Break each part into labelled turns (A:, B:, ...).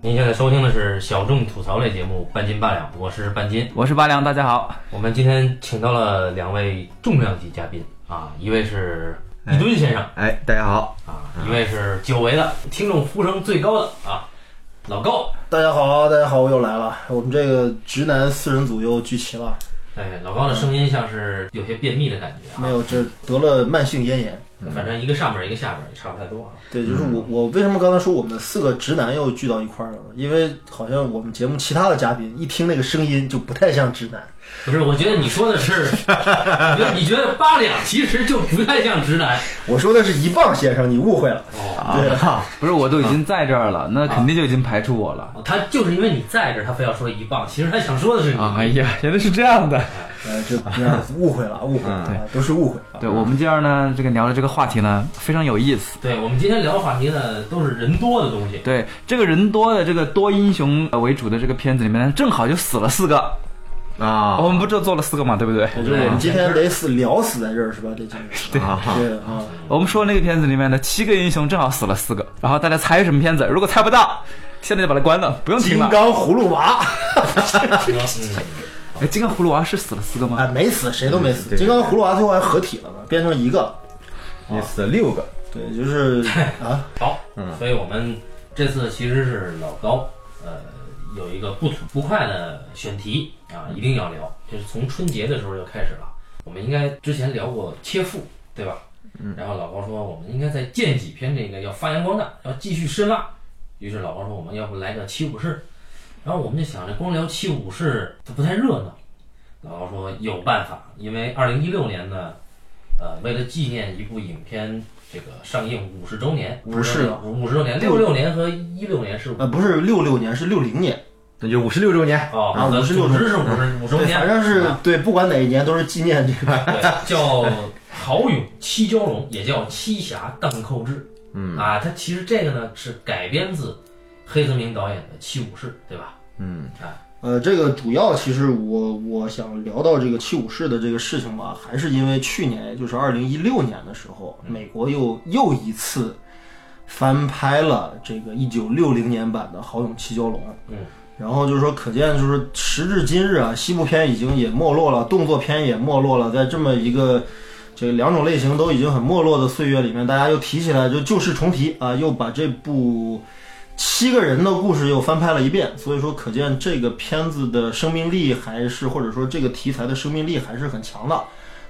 A: 您现在收听的是小众吐槽类节目《半斤八两》，我是半斤。
B: 我是八两，大家好。
A: 我们今天请到了两位重量级嘉宾啊，一位是一吨先生
C: 哎，大家好，
A: 啊，一位是久违的听众呼声最高的啊，老高。
D: 大家好，大家好，我又来了。我们这个直男四人组又聚齐了，
A: 哎，老高的声音像是有些便秘的感觉
D: 没
A: 啊，
D: 有，这得了慢性咽炎。
A: 反正一个上边一个下边也差不太多啊。
D: 对，就是我，我为什么刚才说我们四个直男又聚到一块儿了？因为好像我们节目其他的嘉宾一听那个声音就不太像直男。
A: 不是，我觉得你说的 是，你觉得你觉得八两其实就不太像直男
D: 我说的是一棒先生，你误会了。
A: 哦，
D: 对，
B: 不是，我都已经在这儿了，那肯定就已经排除我了。
A: 他就是因为你在这儿，他非要说一棒，其实他想说的是你。
B: 哎呀，原来是这样的。
D: 呃，这不要误会了，误会了，啊都是误会啊。
B: 对我们今儿呢，这个聊的这个话题呢，非常有意思。
A: 对我们今天聊的话题呢，都是人多的东西。
B: 对这个人多的这个多英雄为主的这个片子里面呢，正好就死了四个。
C: 啊，
B: 我们不就做了四个嘛，对不对？
D: 我觉得我们今天得死聊死在这儿是吧？这今天
C: 啊哈
D: 对啊，
B: 我们说那个片子里面的七个英雄正好死了四个，然后大家猜什么片子？如果猜不到，现在就把它关了，不用听
D: 金
B: 了。
D: 刚葫芦娃。
A: 嗯
B: 哎，金刚葫芦娃是死了四个吗？
D: 哎，没死，谁都没死。
C: 对
D: 金刚葫芦娃最后还合体了呢，变成一个。
C: 你死了六个，
D: 对，就是啊，
A: 好，所以我们这次其实是老高，呃，有一个不吐不快的选题啊，一定要聊，就是从春节的时候就开始了。我们应该之前聊过切腹，对吧？嗯。然后老高说，我们应该在剑戟篇这个要发扬光大，要继续深挖。于是老高说，我们要不来个七武士？然后我们就想着光聊七武士，它不太热闹。老高说有办法，因为二零一六年呢，呃，为了纪念一部影片这个上映五十周年，
D: 不是啊
A: 五十周年，六六年和一六年是
D: 呃，不是六六年，是六零年。
C: 那就五十六周年，
A: 哦，
D: 啊
A: 总之
D: 56
A: 是五十五周
D: 对，
A: 年，
D: 反正是
A: 啊
D: 对，不管哪一年都是纪念这个。
A: 对叫豪勇七蛟龙，也叫七侠荡寇志。嗯啊，它其实这个呢是改编自黑泽明导演的《七武士》，对吧？
C: 嗯，
D: 呃，这个主要其实我我想聊到这个七武士的这个事情吧，还是因为去年，就是二零一六年的时候，美国又又一次翻拍了这个一九六零年版的《豪勇七蛟龙》。
A: 嗯，
D: 然后就是说，可见就是时至今日啊，西部片已经也没落了，动作片也没落了，在这么一个这两种类型都已经很没落的岁月里面，大家又提起来就旧事重提啊，又把这部七个人的故事又翻拍了一遍，所以说可见这个片子的生命力还是或者说这个题材的生命力还是很强的，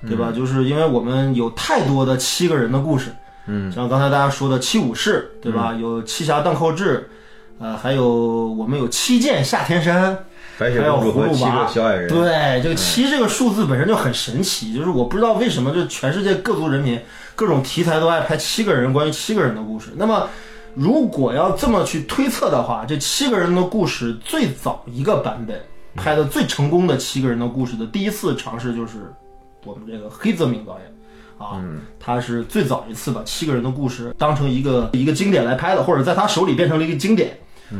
D: 对吧？就是因为我们有太多的七个人的故事，嗯，像刚才大家说的七武士，对吧？有七侠荡寇志。呃，还有我们有七剑下天山，
C: 白雪公主和七个小矮人，
D: 对，这个七这个数字本身就很神奇，就是我不知道为什么，就全世界各族人民、各种题材都爱拍七个人关于七个人的故事。那么，如果要这么去推测的话，这七个人的故事最早一个版本
C: 嗯
D: 拍的最成功的七个人的故事的第一次尝试，就是我们这个黑泽明导演。啊，
C: 嗯
D: 他是最早一次把七个人的故事当成一个一个经典来拍的，或者在他手里变成了一个经典，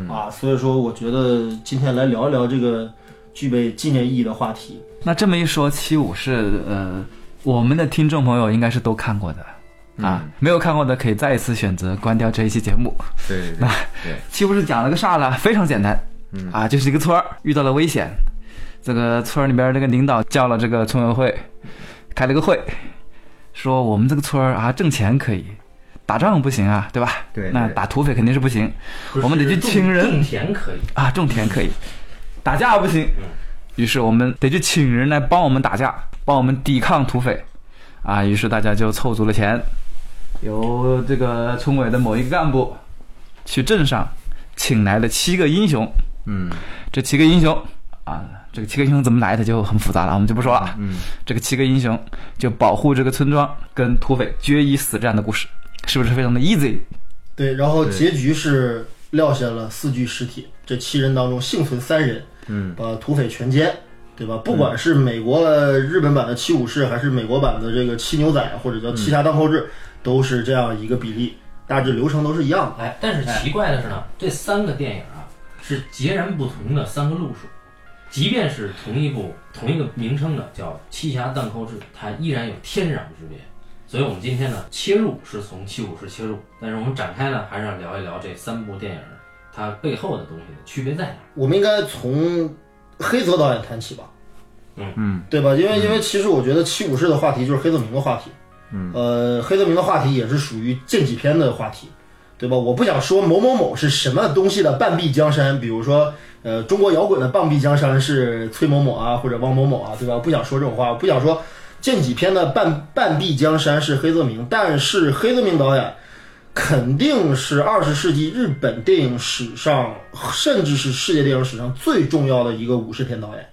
D: 啊，所以说我觉得今天来聊一聊这个具备纪念意义的话题。
B: 那这么一说，《七武士》呃，我们的听众朋友应该是都看过的
C: 嗯
B: 啊，没有看过的可以再一次选择关掉这一期节目。
C: 对对对对，
B: 《七武士》讲了个啥呢？非常简单，
C: 嗯
B: 啊，就是一个村儿遇到了危险，这个村儿里边这个领导叫了这个村委会，开了个会，说我们这个村儿啊挣钱可以，打仗不行啊，对吧？
C: 对对
B: 那打土匪肯定是不行
A: 不是
B: 我们得去
A: 种
B: 请人
A: 种田可以，
B: 啊，种田可以，打架不行。于是我们得去请人来帮我们打架，帮我们抵抗土匪，啊，于是大家就凑足了钱，由这个村委的某一个干部去镇上请来了七个英雄，
C: 嗯
B: 这七个英雄啊，这个七个英雄怎么来的就很复杂了，我们就不说了。
C: 嗯，
B: 这个七个英雄就保护这个村庄，跟土匪决一死战的故事，是不是非常的 easy？
D: 对，然后
C: 对
D: 结局是撂下了四具尸体，这七人当中幸存三人，
C: 嗯，
D: 把土匪全歼，对吧？不管是美国的日本版的七武士，还是美国版的这个七牛仔，或者叫七侠当寇志，都是这样一个比例，大致流程都是一样的。
A: 哎，但是奇怪的是呢，这三个电影啊是截然不同的三个路数，即便是同一部同一个名称的叫《七侠荡寇志》，它依然有天壤之别。所以，我们今天呢切入是从七武士切入，但是我们展开呢还是要聊一聊这三部电影它背后的东西的区别在哪？
D: 我们应该从黑泽导演谈起吧，
A: 嗯
E: 嗯，
D: 对吧？因为因为其实我觉得七武士的话题就是黑泽明的话题，嗯，呃，黑泽明的话题也是属于剑戟片的话题，对吧？我不想说某某某是什么东西的半壁江山，比如说呃中国摇滚的半壁江山是崔某某啊或者汪某某啊，对吧？我不想说这种话，我不想说剑戟片的半半壁江山是黑泽明，但是黑泽明导演。肯定是二十世纪日本电影史上，甚至是世界电影史上最重要的一个武士片导演，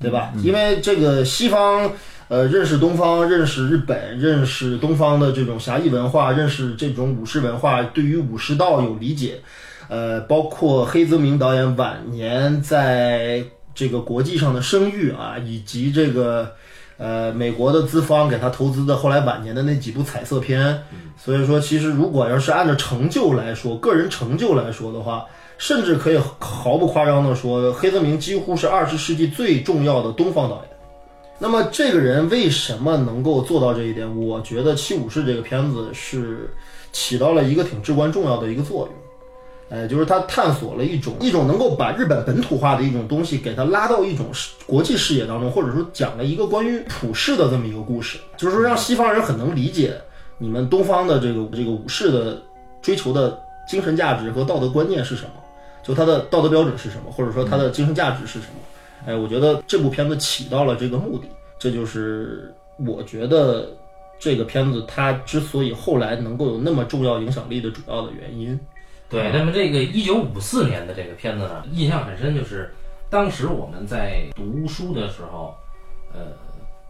D: 对吧？因为这个西方，呃，认识东方，认识日本，认识东方的这种侠义文化，认识这种武士文化，对于武士道有理解，呃，包括黑泽明导演晚年在这个国际上的声誉啊，以及这个。呃，美国的资方给他投资的，后来晚年的那几部彩色片，所以说其实如果要是按照成就来说，个人成就来说的话，甚至可以毫不夸张的说，黑泽明几乎是二十世纪最重要的东方导演。那么这个人为什么能够做到这一点？我觉得《七武士》这个片子是起到了一个挺至关重要的一个作用。呃，就是他探索了一种一种能够把日本本土化的一种东西，给它拉到一种视国际视野当中，或者说讲了一个关于普世的这么一个故事，就是说让西方人很能理解你们东方的这个这个武士的追求的精神价值和道德观念是什么，就他的道德标准是什么，或者说他的精神价值是什么。哎，我觉得这部片子起到了这个目的，这就是我觉得这个片子它之所以后来能够有那么重要影响力的主要的原因。
C: 嗯
A: 对，那么这个一九五四年的这个片子呢，印象很深，就是当时我们在读书的时候，呃，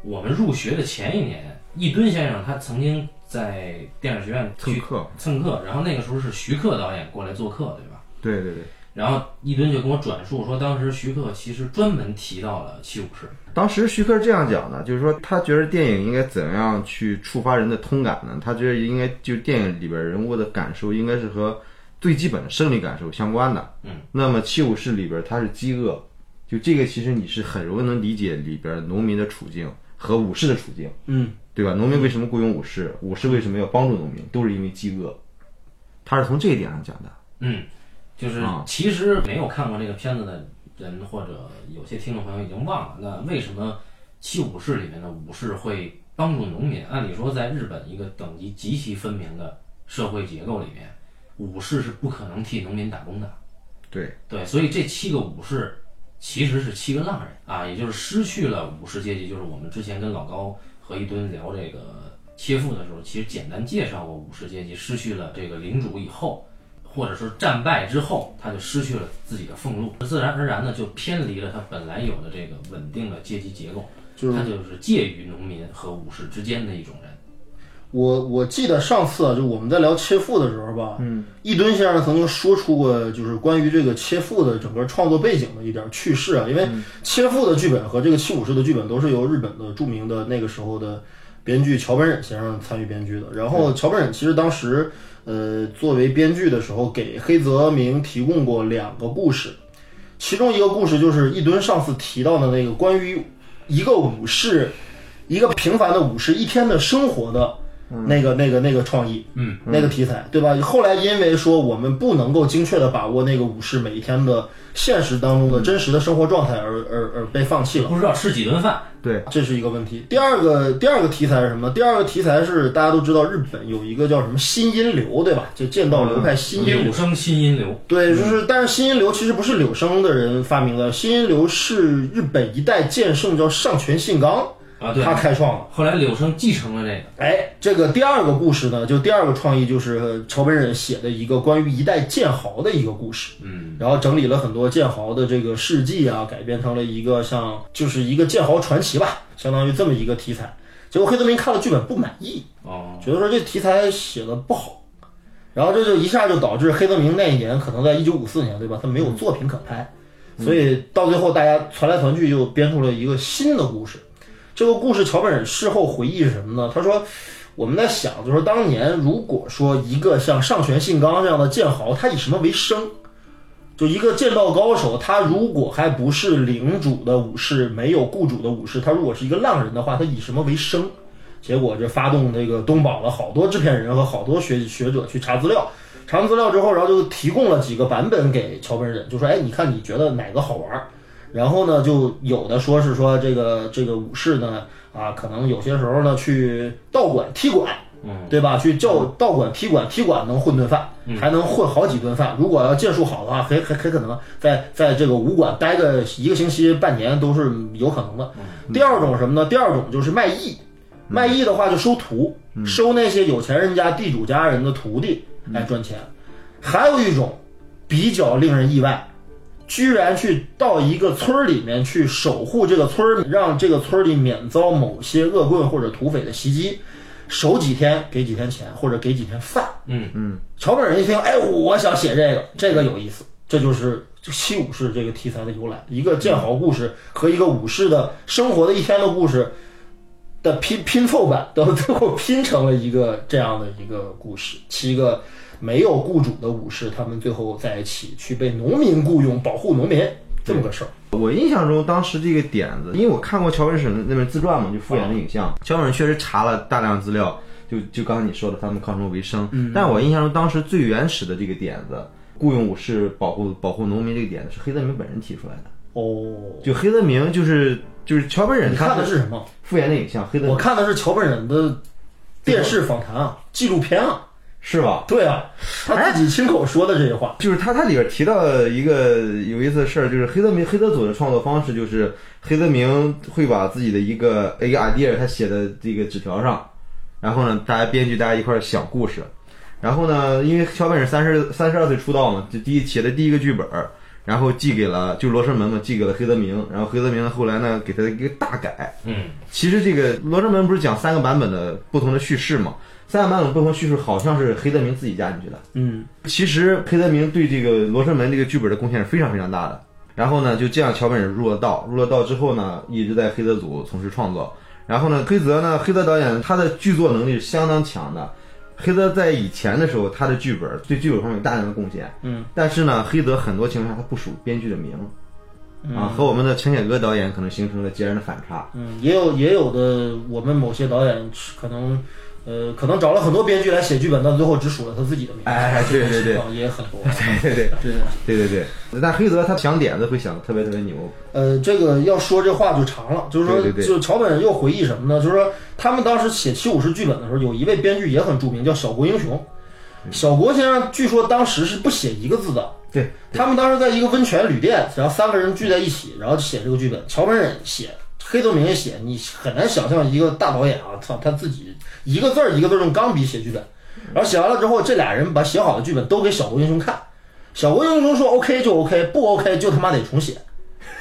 A: 我们入学的前一年，易敦先生他曾经在电影学院
C: 蹭
A: 去
C: 课，
A: 蹭课，然后那个时候是徐克导演过来做客，对吧？
C: 对对对。
A: 然后易敦就跟我转述说，当时徐克其实专门提到了七武士，
C: 当时徐克是这样讲的，就是说他觉得电影应该怎样去触发人的通感呢？他觉得应该就电影里边人物的感受应该是和最基本的生理感受相关的。
A: 嗯，
C: 那么《七武士》里边他是饥饿，就这个其实你是很容易能理解里边农民的处境和武士的处境，
D: 嗯，
C: 对吧？农民为什么雇佣武士？武士为什么要帮助农民？都是因为饥饿。他是从这一点上讲的。
A: 嗯，就是
C: 啊
A: 其实没有看过这个片子的人，或者有些听众朋友已经忘了，那为什么七武士里面的武士会帮助农民？按理说，在日本一个等级极其分明的社会结构里面，武士是不可能替农民打工的。
C: 对，
A: 对，所以这七个武士其实是七个浪人啊，也就是失去了武士阶级。就是我们之前跟老高和一吨聊这个切腹的时候，其实简单介绍过武士阶级失去了这个领主以后，或者说战败之后，他就失去了自己的俸禄，自然而然呢就偏离了他本来有的这个稳定的阶级结构，
D: 就是
A: 他就是介于农民和武士之间的一种人。
D: 我我记得上次啊，就我们在聊切腹的时候吧，嗯，易敦先生曾经说出过，就是关于这个切腹的整个创作背景的一点趣事啊，因为切腹的剧本和这个七武士的剧本都是由日本的著名的那个时候的编剧桥本忍先生参与编剧的。然后桥本忍其实当时呃作为编剧的时候，给黑泽明提供过两个故事，其中一个故事就是易敦上次提到的那个关于一个武士。一个平凡的武士一天的生活的那个、那个、那个创意，
A: 嗯，
D: 那个题材，对吧？后来因为说我们不能够精确的把握那个武士每一天的现实当中的真实的生活状态而，而而被放弃了，
A: 不知道吃几顿饭，
C: 对，
D: 这是一个问题。第二个第二个题材是什么？第二个题材是大家都知道，日本有一个叫什么新阴流，对吧？就剑道
A: 嗯
D: 流派新阴
A: 柳
D: 流。
A: 生新阴流，
D: 对，就是，但是新阴流其实不是柳生的人发明的，新阴流是日本一代剑圣叫上泉信纲
A: 啊对
D: 他开创的。
A: 后来柳生继承了这个，
D: 哎，这个第二个故事呢，就第二个创意就是桥本忍写的一个关于一代剑豪的一个故事，
A: 嗯，
D: 然后整理了很多剑豪的这个事迹啊，改编成了一个像就是一个剑豪传奇吧，相当于这么一个题材。结果黑泽明看了剧本不满意，
A: 哦，
D: 觉得说这题材写的不好，然后这就一下就导致黑泽明那一年可能在一九五四年对吧，他没有作品可拍，所以到最后大家传来传去又编出了一个新的故事。这个故事桥本事后回忆是什么呢？他说我们在想，就是说当年如果说一个像上泉信纲这样的剑豪，他以什么为生？就一个剑道高手，他如果还不是领主的武士，没有雇主的武士，他如果是一个浪人的话，他以什么为生？结果这发动这个东宝的好多制片人和好多学学者去查资料，查完资料之后，然后就提供了几个版本给桥本忍，就说：“哎，你看你觉得哪个好玩儿？”然后呢，就有的说是说这个这个武士呢，啊，可能有些时候呢去道馆踢馆，
A: 嗯，
D: 对吧？去叫道馆踢馆，踢馆能混顿饭，还能混好几顿饭。如果要剑术好的话，很很很可能在在这个武馆待个一个星期、半年都是有可能
A: 嗯
D: 的。第二种什么呢？第二种就是卖艺，卖艺的话就收徒，收那些有钱人家地主家人的徒弟来赚钱。还有一种比较令人意外，居然去到一个村儿里面去守护这个村儿，让这个村儿里免遭某些恶棍或者土匪的袭击，守几天给几天钱或者给几天饭。
A: 嗯
D: 嗯，桥本人一听，哎，我想写这个，这个有意思，这就是。就七武士这个题材的由来，一个剑豪故事和一个武士的生活的一天的故事的拼拼凑版，都最后拼成了一个这样的一个故事。七个没有雇主的武士，他们最后在一起去被农民雇佣，保护农民这么个事儿。
C: 我印象中，当时这个点子，因为我看过乔本沈那本自传嘛，就《复原的影像》，
D: 啊
C: 乔本确实查了大量资料，就就刚才你说的，他们靠什么为生？
D: 嗯
C: 但我印象中，当时最原始的这个点子，雇佣武士保护保护农民这个点子，是黑泽明本人提出来的。
D: 哦，
C: 就黑泽明就是就是乔本忍，
D: 你看
C: 他
D: 的是什么？
C: 复原的影像，黑泽
D: 我
C: 明
D: 看的是桥本忍的电视访谈啊，纪录片啊。
C: 是吧？
D: 对啊，他自己亲口说的这些话。
C: 就是他，他里边提到一个有意思的事儿，就是黑泽明黑泽佐的创作方式，就是黑泽明会把自己的一个一个 idea 他写的这个纸条上，然后呢，大家编剧大家一块儿想故事，然后呢，因为桥本是三十三十二岁出道嘛，就第一写的第一个剧本儿，然后寄给了就罗生门嘛，寄给了黑泽明，然后黑泽明后来呢给他一个大改，
A: 嗯
C: 其实这个《罗生门》不是讲三个版本的不同的叙事嘛？三个版本不同叙事好像是黑泽明自己加进去的。
D: 嗯，
C: 其实黑泽明对这个《罗生门》这个剧本的贡献是非常非常大的。然后呢，就这样桥本忍入了道，入了道之后呢，一直在黑泽组从事创作。然后呢，黑泽呢，黑泽导演他的剧作能力是相当强的。黑泽在以前的时候，他的剧本对剧本方面有大量的贡献。
D: 嗯，
C: 但是呢，黑泽很多情况下他不署编剧的名，啊，和我们的陈凯歌导演可能形成了截然的反差。
D: 嗯，也有也有的，我们某些导演可能，呃，可能找了很多编剧来写剧本，但最后只数了他自己的名字。
C: 哎 对对对
D: 这种情况也很多。啊
C: 对对
D: 对，
C: 对对对， 但黑泽他想点子会想的特别特别牛，
D: 呃，这个要说这话就长了，就是说，
C: 对对对
D: 就桥本又回忆什么呢？就是说，他们当时写七武士剧本的时候，有一位编剧也很著名，叫小国英雄。
C: 嗯
D: 小国先生据说当时是不写一个字的，
C: 对，
D: 他们当时在一个温泉旅店，然后三个人聚在一起，然后写这个剧本。桥本忍写，黑泽明也写，你很难想象一个大导演啊，操，他自己一个字儿一个字儿用钢笔写剧本，然后写完了之后，这俩人把写好的剧本都给小国英雄看，小国英雄说 OK 就 OK，不 OK 就他妈得重写，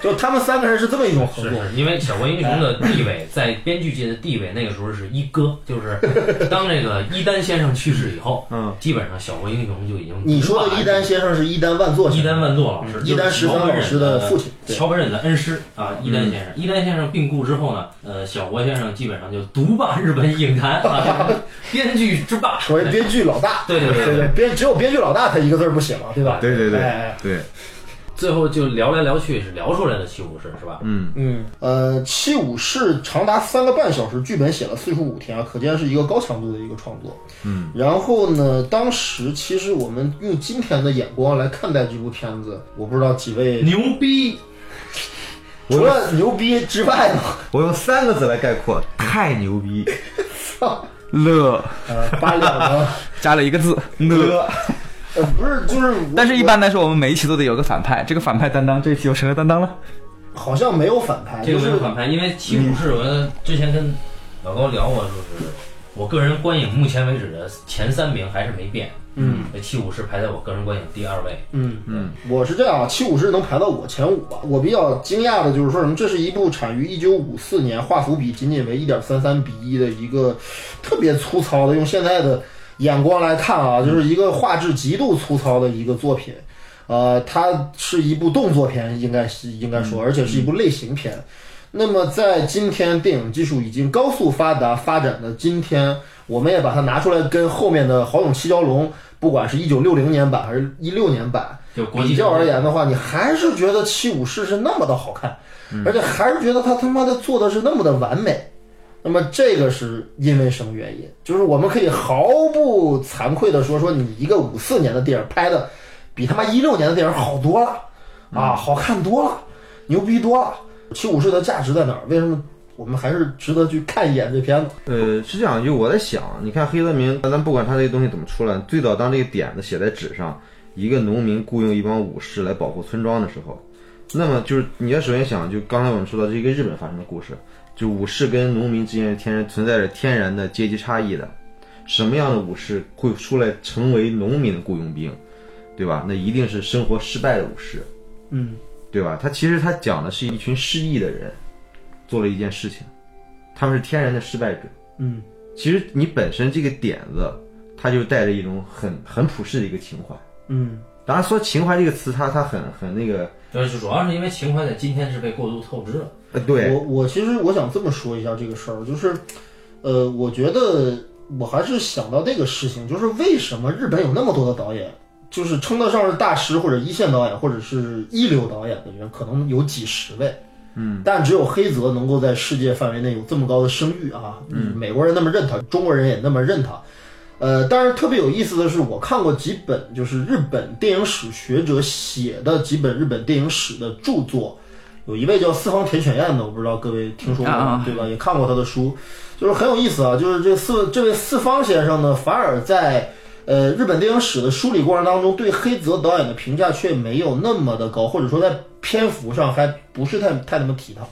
D: 就他们三个人是这么一种合
A: 是
D: 作。
A: 是因为小国英雄的
D: 哎
A: 地位在编剧界的地位，那个时候是一哥，就是 当这个一丹先生去世以后，
C: 嗯，
A: 基本上小国英雄就已经
D: 你说的一丹先生是一丹万作先
A: 一
D: 生，
A: 丹万作老师，
D: 一丹
A: 就是
D: 十
A: 桥
D: 三
A: 本
D: 老
A: 忍
D: 师的父亲，对嗯
A: 桥本忍的恩师啊，一丹先生。一丹先生病故之后呢，呃，小国先生基本上就独霸日本影坛啊， 就是编剧之霸。
D: 所谓编剧老大，
A: 对对对
D: 对
A: 对
D: 编只有编剧老大他一个字儿不写嘛，对吧？
C: 对对对
D: 哎哎哎
C: 对，
A: 最后就聊来聊去是聊出来的七武士是吧？
C: 嗯，
D: 嗯，呃，七武士长达三个半小时，剧本写了四十五天啊，可见是一个高强度的一个创作。嗯，然后呢，当时其实我们用今天的眼光来看待这部片子，我不知道几位
A: 牛逼！
D: 除了牛逼之外呢，
C: 我用三个字来概括，太牛逼，
B: 乐
D: 呃，八两呢，
B: 加了一个字乐，
D: 呃，不是，就是我，
B: 但是一般来说我们每一期都得有个反派，这个反派担当这一期有谁来担当了？
D: 好像没有反派，
A: 这
D: 就
A: 个没
D: 是
A: 有反派，因为七武士，我之前跟老高聊过，就是我个人观影目前为止的前三名还是没变。嗯，七武士排在我个人观影第二位。
D: 嗯，嗯，我是这样啊，七武士能排到我前五吧。我比较惊讶的就是说什么，这是一部产于一九五四年，画幅比仅仅为一点三三比一的一个特别粗糙的，用现在的眼光来看啊，就是一个画质极度粗糙的一个作品。呃，它是一部动作片，应该是应该说，而且是一部类型片。那么，在今天电影技术已经高速发达发展的今天，我们也把它拿出来跟后面的《豪勇七蛟龙》，不管是一九六零年版还是一六年版，
A: 就国际
D: 比较而言的话，你还是觉嗯得七武士是那么的好看，而且还是觉得他他妈的做的是那么的完美。那么这个是因为什么原因？就是我们可以毫不惭愧的说，说你一个五四年的电影拍的比他妈一六年的电影好多了啊，好看多了，牛逼多了。七武士的价值在哪儿？为什么我们还是值得去看一眼这片子？
C: 呃，是这样，就我在想，你看黑泽明，咱不管他这个东西怎么出来，最早当这个点子写在纸上，一个农民雇佣一帮武士来保护村庄的时候，那么就是你要首先想，就刚才我们说到这一个日本发生的故事，就武士跟农民之间是天然存在着天然的阶级差异的，什么样的武士会出来成为农民的雇佣兵，对吧？那一定是生活失败的武士，
D: 嗯，
C: 对吧？他其实他讲的是一群失意的人做了一件事情，他们是天然的失败者。
D: 嗯，
C: 其实你本身这个点子，它就带着一种很很普世的一个情怀。
D: 嗯，
C: 当然说情怀这个词它，它很很那个，
A: 对，呃主要是因为情怀在今天是被过度透支了。
C: 呃，对，
D: 我我其实我想这么说一下这个事儿，就是，呃，我觉得我还是想到那个事情，就是为什么日本有那么多的导演，就是称得上是大师或者一线导演或者是一流导演的人，可能有几十位。嗯，但只有黑泽能够在世界范围内有这么高的声誉啊！嗯，美国人那么认他，中国人也那么认他。呃，但是特别有意思的是，我看过几本就是日本电影史学者写的几本日本电影史的著作，有一位叫四方田犬彦的，我不知道各位听说过
B: 啊啊
D: 吗对吧？也看过他的书，就是很有意思啊。就是这四这位四方先生呢，反而在呃日本电影史的梳理过程当中，对黑泽导演的评价却没有那么的高，或者说在篇幅上还不是太太那么提他。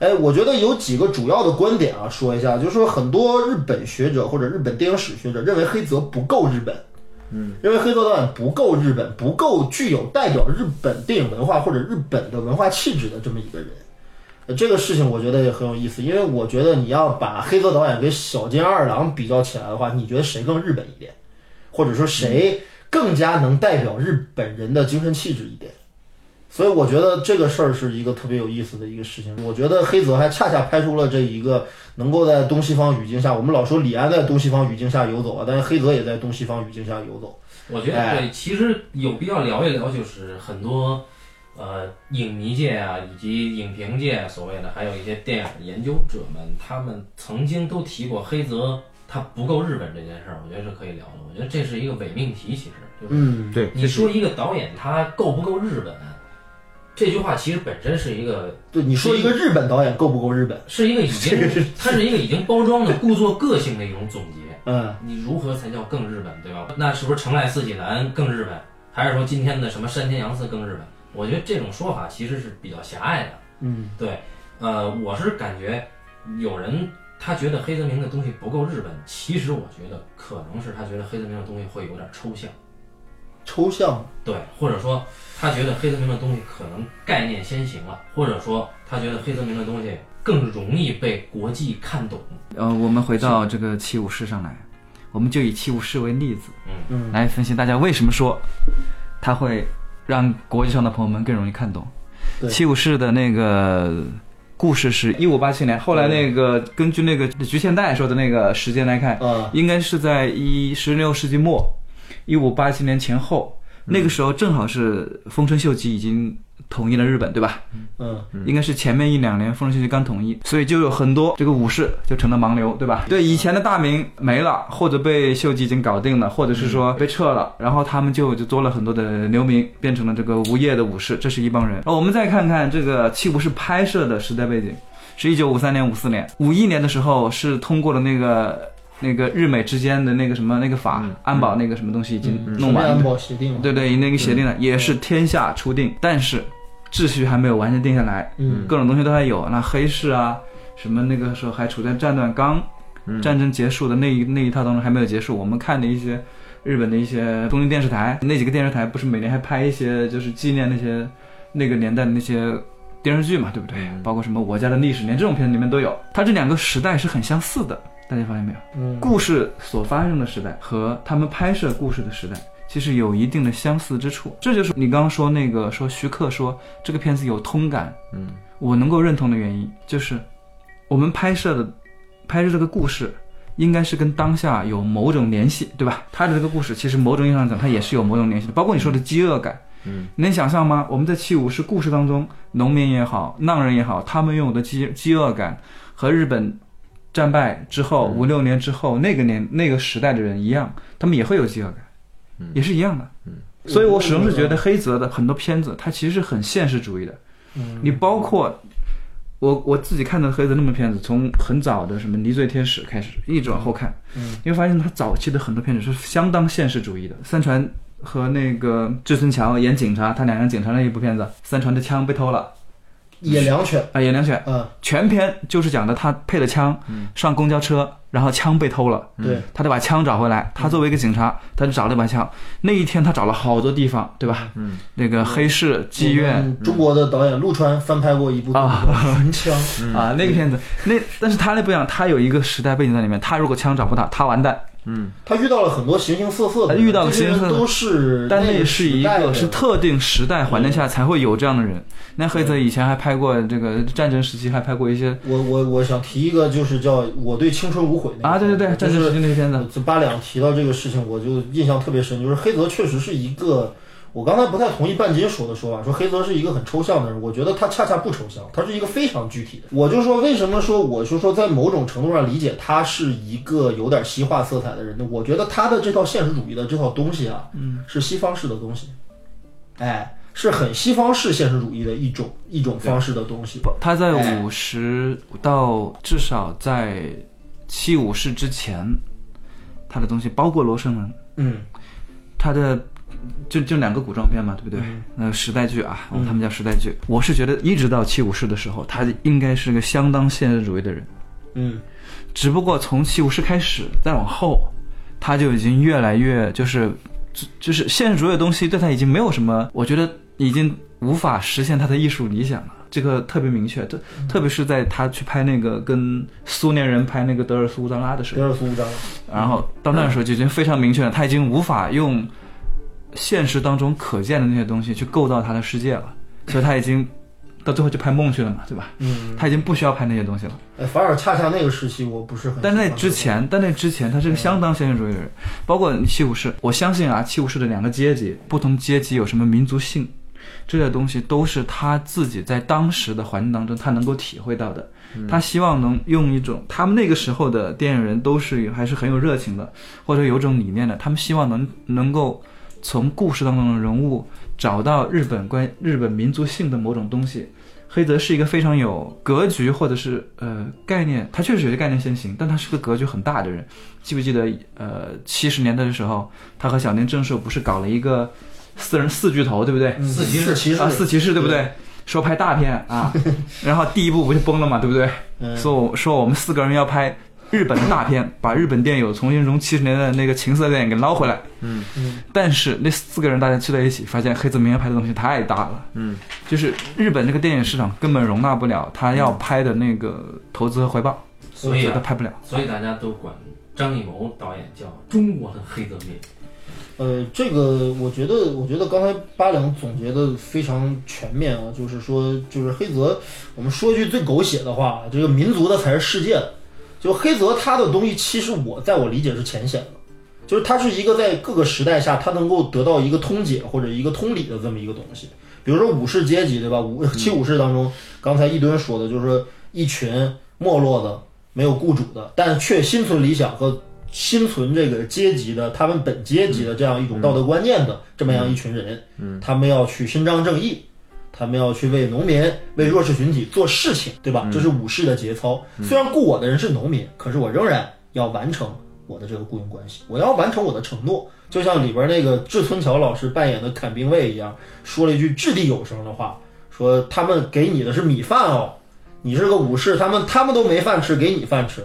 D: 哎，我觉得有几个主要的观点啊，说一下，就是说很多日本学者或者日本电影史学者认为黑泽不够日本，嗯，认为黑泽导演不够日本，不够具有代表日本电影文化或者日本的文化气质的这么一个人。呃这个事情我觉得也很有意思，因为我觉得你要把黑泽导演跟小津安二郎比较起来的话，你觉得谁更日本一点，或者说谁更加能代表日本人的精神气质一点？所以我觉得这个事儿是一个特别有意思的一个事情。我觉得黑泽还恰恰拍出了这一个能够在东西方语境下，我们老说李安在东西方语境下游走啊，但是黑泽也在东西方语境下游走。
A: 我觉得
D: 哎
A: 对，其实有必要聊一聊，就是很多呃影迷界啊，以及影评界啊所谓的，还有一些电影研究者们，他们曾经都提过黑泽他不够日本这件事儿，我觉得是可以聊的。我觉得这是一个伪命题，其实就是
D: 嗯
C: 对，
A: 你说一个导演他够不够日本，这句话其实本身是一个
D: 对，你说一个日本导演够不够日本？
A: 是一个已经它是一个已经包装的故作个性的一种总结。
D: 嗯，
A: 你如何才叫更日本，对吧？那是不是城濑四喜男更日本，还是说今天的什么山田洋次更日本？我觉得这种说法其实是比较狭隘的。
D: 嗯，
A: 对，呃，我是感觉有人他觉得黑泽明的东西不够日本，其实我觉得可能是他觉得黑泽明的东西会有点抽象，
D: 抽象。
A: 对，或者说他觉得黑泽明的东西可能概念先行了，或者说他觉得黑泽明的东西更容易被国际看懂。
B: 呃，我们回到这个七武士上来，我们就以七武士为例子，
D: 嗯
B: 来分析大家为什么说它会让国际上的朋友们更容易看懂。
D: 对
B: 七武士的那个故事是一五八七年，后来那个根据那个局限代说的那个时间来看，
D: 啊，
B: 应该是在一十六世纪末，一五八七年前后，那个时候正好是丰臣秀吉已经统一了日本，对吧？
D: 嗯，
B: 应该是前面一两年丰臣秀吉刚统一，所以就有很多这个武士就成了盲流，对吧？对，以前的大名没了，或者被秀吉已经搞定了，或者是说被撤了，然后他们就就多了很多的流民，变成了这个无业的武士，这是一帮人。然后我们再看看这个七武士拍摄的时代背景，是一九五三年、五四年、五一年的时候是通过了那个。那个日美之间的那个什么那个法、
C: 嗯
B: 安保那个什么东西已经
C: 嗯
B: 弄完了
D: 安，保协定嘛。
B: 对对，那个协定呢，也是天下初定，但是秩序还没有完全定下来，
D: 嗯
B: 各种东西都还有。那黑市啊，什么那个时候还处在战乱刚
C: 嗯
B: 战争结束的那一那一套当中还没有结束。我们看的一些日本的一些中央电视台，那几个电视台不是每年还拍一些就是纪念那些那个年代的那些电视剧嘛，对不对？
C: 嗯
B: 包括什么《我家的历史》，连这种片子里面都有。它这两个时代是很相似的，大家发现没有？
D: 嗯，
B: 故事所发生的时代和他们拍摄故事的时代其实有一定的相似之处。这就是你刚刚说那个说徐克说这个片子有通感，
C: 嗯，
B: 我能够认同的原因就是我们拍摄的拍摄这个故事。应该是跟当下有某种联系，对吧？他的这个故事其实某种意义上讲，它也是有某种联系的，包括你说的饥饿感。
C: 嗯，
B: 你能想象吗？我们在七武士故事当中，农民也好，浪人也好，他们拥有的饥饥饿感和日本战败之后五六年之后那个年那个时代的人一样，他们也会有饥饿感，也是一样的。
D: 嗯
B: 所以我始终是觉得黑泽的很多片子，它其实是很现实主义的。
D: 嗯
B: 你包括我我自己看的黑泽那么片子，从很早的什么《泥醉天使》开始，一直往后看，你会发现他早期的很多片子是相当现实主义的。三船和那个志村强演警察，他俩演警察那一部片子，三船的枪被偷了
D: 野良犬，
B: 啊，演两选。
D: 嗯，
B: 全篇就是讲的他配了枪，上公交车，然后枪被偷了，
D: 对，
B: 他得把枪找回来。他作为一个警察，他就找了把枪。那一天他找了好多地方，对吧？嗯，那个黑市、妓院
D: 嗯，中国的导演陆川翻拍过一部
B: 啊
D: 《寻枪》，嗯
B: 啊，那个片子，那但是他那不一样，他有一个时代背景在里面。他如果枪找不到，他完蛋。
D: 他遇到了很多形形色色的人，
B: 他遇到了
D: 这些人
B: 形形色色
D: 都是
B: 但
D: 那
B: 那是一
D: 时代
B: 个
D: 的
B: 是特定时代环境下才会有这样的人。那黑泽以前还拍过这个战争时期，还拍过一些
D: 我我我想提一个，就是叫我对青春无悔那个
B: 啊，对对对，
D: 就
B: 战争时
D: 是
B: 期那些片子，
D: 这八两提到这个事情，我就印象特别深，就是黑泽确实是一个，我刚才不太同意半斤说的说法，说黑泽是一个很抽象的人，我觉得他恰恰不抽象，他是一个非常具体的。我就说为什么说我就说在某种程度上理解他是一个有点西化色彩的人呢？我觉得他的这套现实主义的这套东西啊，嗯，是西方式的东西，哎，是很西方式现实主义的一种一种方式的东西。
B: 他在
D: 哎
B: 五十到至少在七武士之前，他的东西包括罗生门，
D: 嗯，
B: 他的就就两个古装片嘛，对不对？
D: 嗯
B: 那个时代剧啊，他们叫时代剧。我是觉得一直到七武士的时候，他应该是个相当现实主义的人，
D: 嗯，
B: 只不过从七武士开始再往后，他就已经越来越就是就就是现实主义的东西对他已经没有什么，我觉得已经无法实现他的艺术理想了。这个特别明确，特特别是在他去拍那个跟苏联人拍那个德尔苏乌扎拉的时候
D: 德，尔苏章，
B: 然后到那时候就已经非常明确了，他已经无法用现实当中可见的那些东西去构造他的世界了，所以他已经到最后就拍梦去了嘛，对吧？
D: 嗯，
B: 他已经不需要拍那些东西了。
D: 哎，反而恰恰那个时期我不是很喜
B: 但
D: 欢这个，嗯
B: 那之前，但那之前，他是个相当现实主义的人，包括七武士，我相信啊，七武士的两个阶级，不同阶级有什么民族性，这些东西都是他自己在当时的环境当中他能够体会到的。
D: 嗯
B: 他希望能用一种他们那个时候的电影人都是还是很有热情的，或者有种理念的，他们希望能能够从故事当中的人物找到日本关日本民族性的某种东西。黑泽是一个非常有格局或者是呃概念，他确实有些概念先行，但他是个格局很大的人。记不记得呃七十年代的时候，他和小林正寿不是搞了一个四人四巨头，对不对？
D: 嗯
A: 四骑士
D: 骑士
B: 啊，四骑士对不对？说拍大片啊， 然后第一部不就崩了嘛，对不对？
D: 嗯
B: 说我说我们四个人要拍日本的大片，把日本电影重新从七十年代的那个情色电影给捞回来。
C: 嗯
D: 嗯。
B: 但是那四个人大家聚在一起，发现黑泽明要拍的东西太大了。
C: 嗯。
B: 就是日本这个电影市场根本容纳不了他要拍的那个投资和回报，
A: 所以
B: 所以他
A: 啊，
B: 拍不了。
A: 所以大家都管张艺谋导演叫中国的黑泽明。
D: 呃，这个我觉得，我觉得刚才八两总结的非常全面啊，就是说，就是黑泽，我们说一句最狗血的话，啊这个民族的才是世界的。就黑泽他的东西，其实我在我理解是浅显的，就是他是一个在各个时代下，他能够得到一个通解或者一个通理的这么一个东西。比如说武士阶级，对吧？武七武士当中，刚才一吨说的就是说一群没落的、没有雇主的，但却心存理想和心存这个阶级的，他们本阶级的这样一种道德观念的这么样一群人，嗯，他们要去伸张正义，他们要去为农民、为弱势群体做事情，对吧？这是武士的节操。虽然雇我的人是农民，可是我仍然要完成我的这个雇佣关系，我要完成我的承诺。就像里边那个志村桥老师扮演的坎兵卫一样，说了一句掷地有声的话，说他们给你的是米饭哦，你是个武士，他们他们都没饭吃，给你饭吃。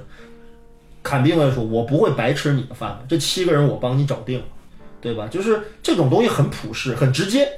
D: 坎兵卫说：“我不会白吃你的饭的，这七个人我帮你找定了，对吧？就是这种东西很朴实，很直接。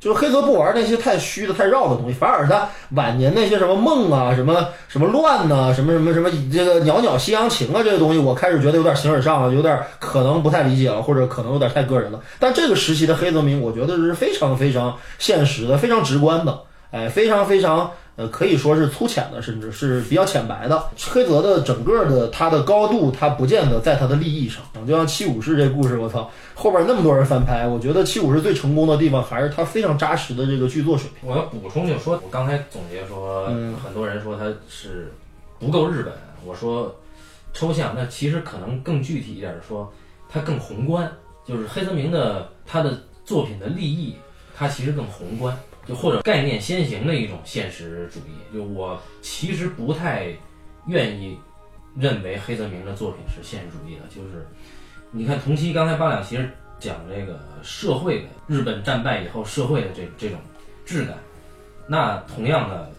D: 就是黑泽不玩那些太虚的、太绕的东西，反而他晚年那些什么梦啊、什么什么乱呐、什么什么什么这个袅袅西洋情啊这些东西，我开始觉得有点形而上了，有点可能不太理解了，或者可能有点太个人了。但这个时期的黑泽明，我觉得是非常非常现实的、非常直观的，哎，非常非常呃，可以说是粗浅的，甚至是比较浅白的。黑泽的整个的他的高度，他不见得在他的利益上。就像七武士这故事，我操，后边那么多人翻拍，我觉得七武士最成功的地方还是他非常扎实的这个剧作水平。
A: 我要补充就说，我刚才总结说，
D: 嗯
A: 很多人说他是不够日本，我说抽象，那其实可能更具体一点儿说，它更宏观，就是黑泽明的他的作品的立意，它其实更宏观，就或者概念先行的一种现实主义。就我其实不太愿意认为黑泽明的作品是现实主义的，就是你看同期刚才八两其实讲这个社会的日本战败以后社会的这这种质感，那同样的。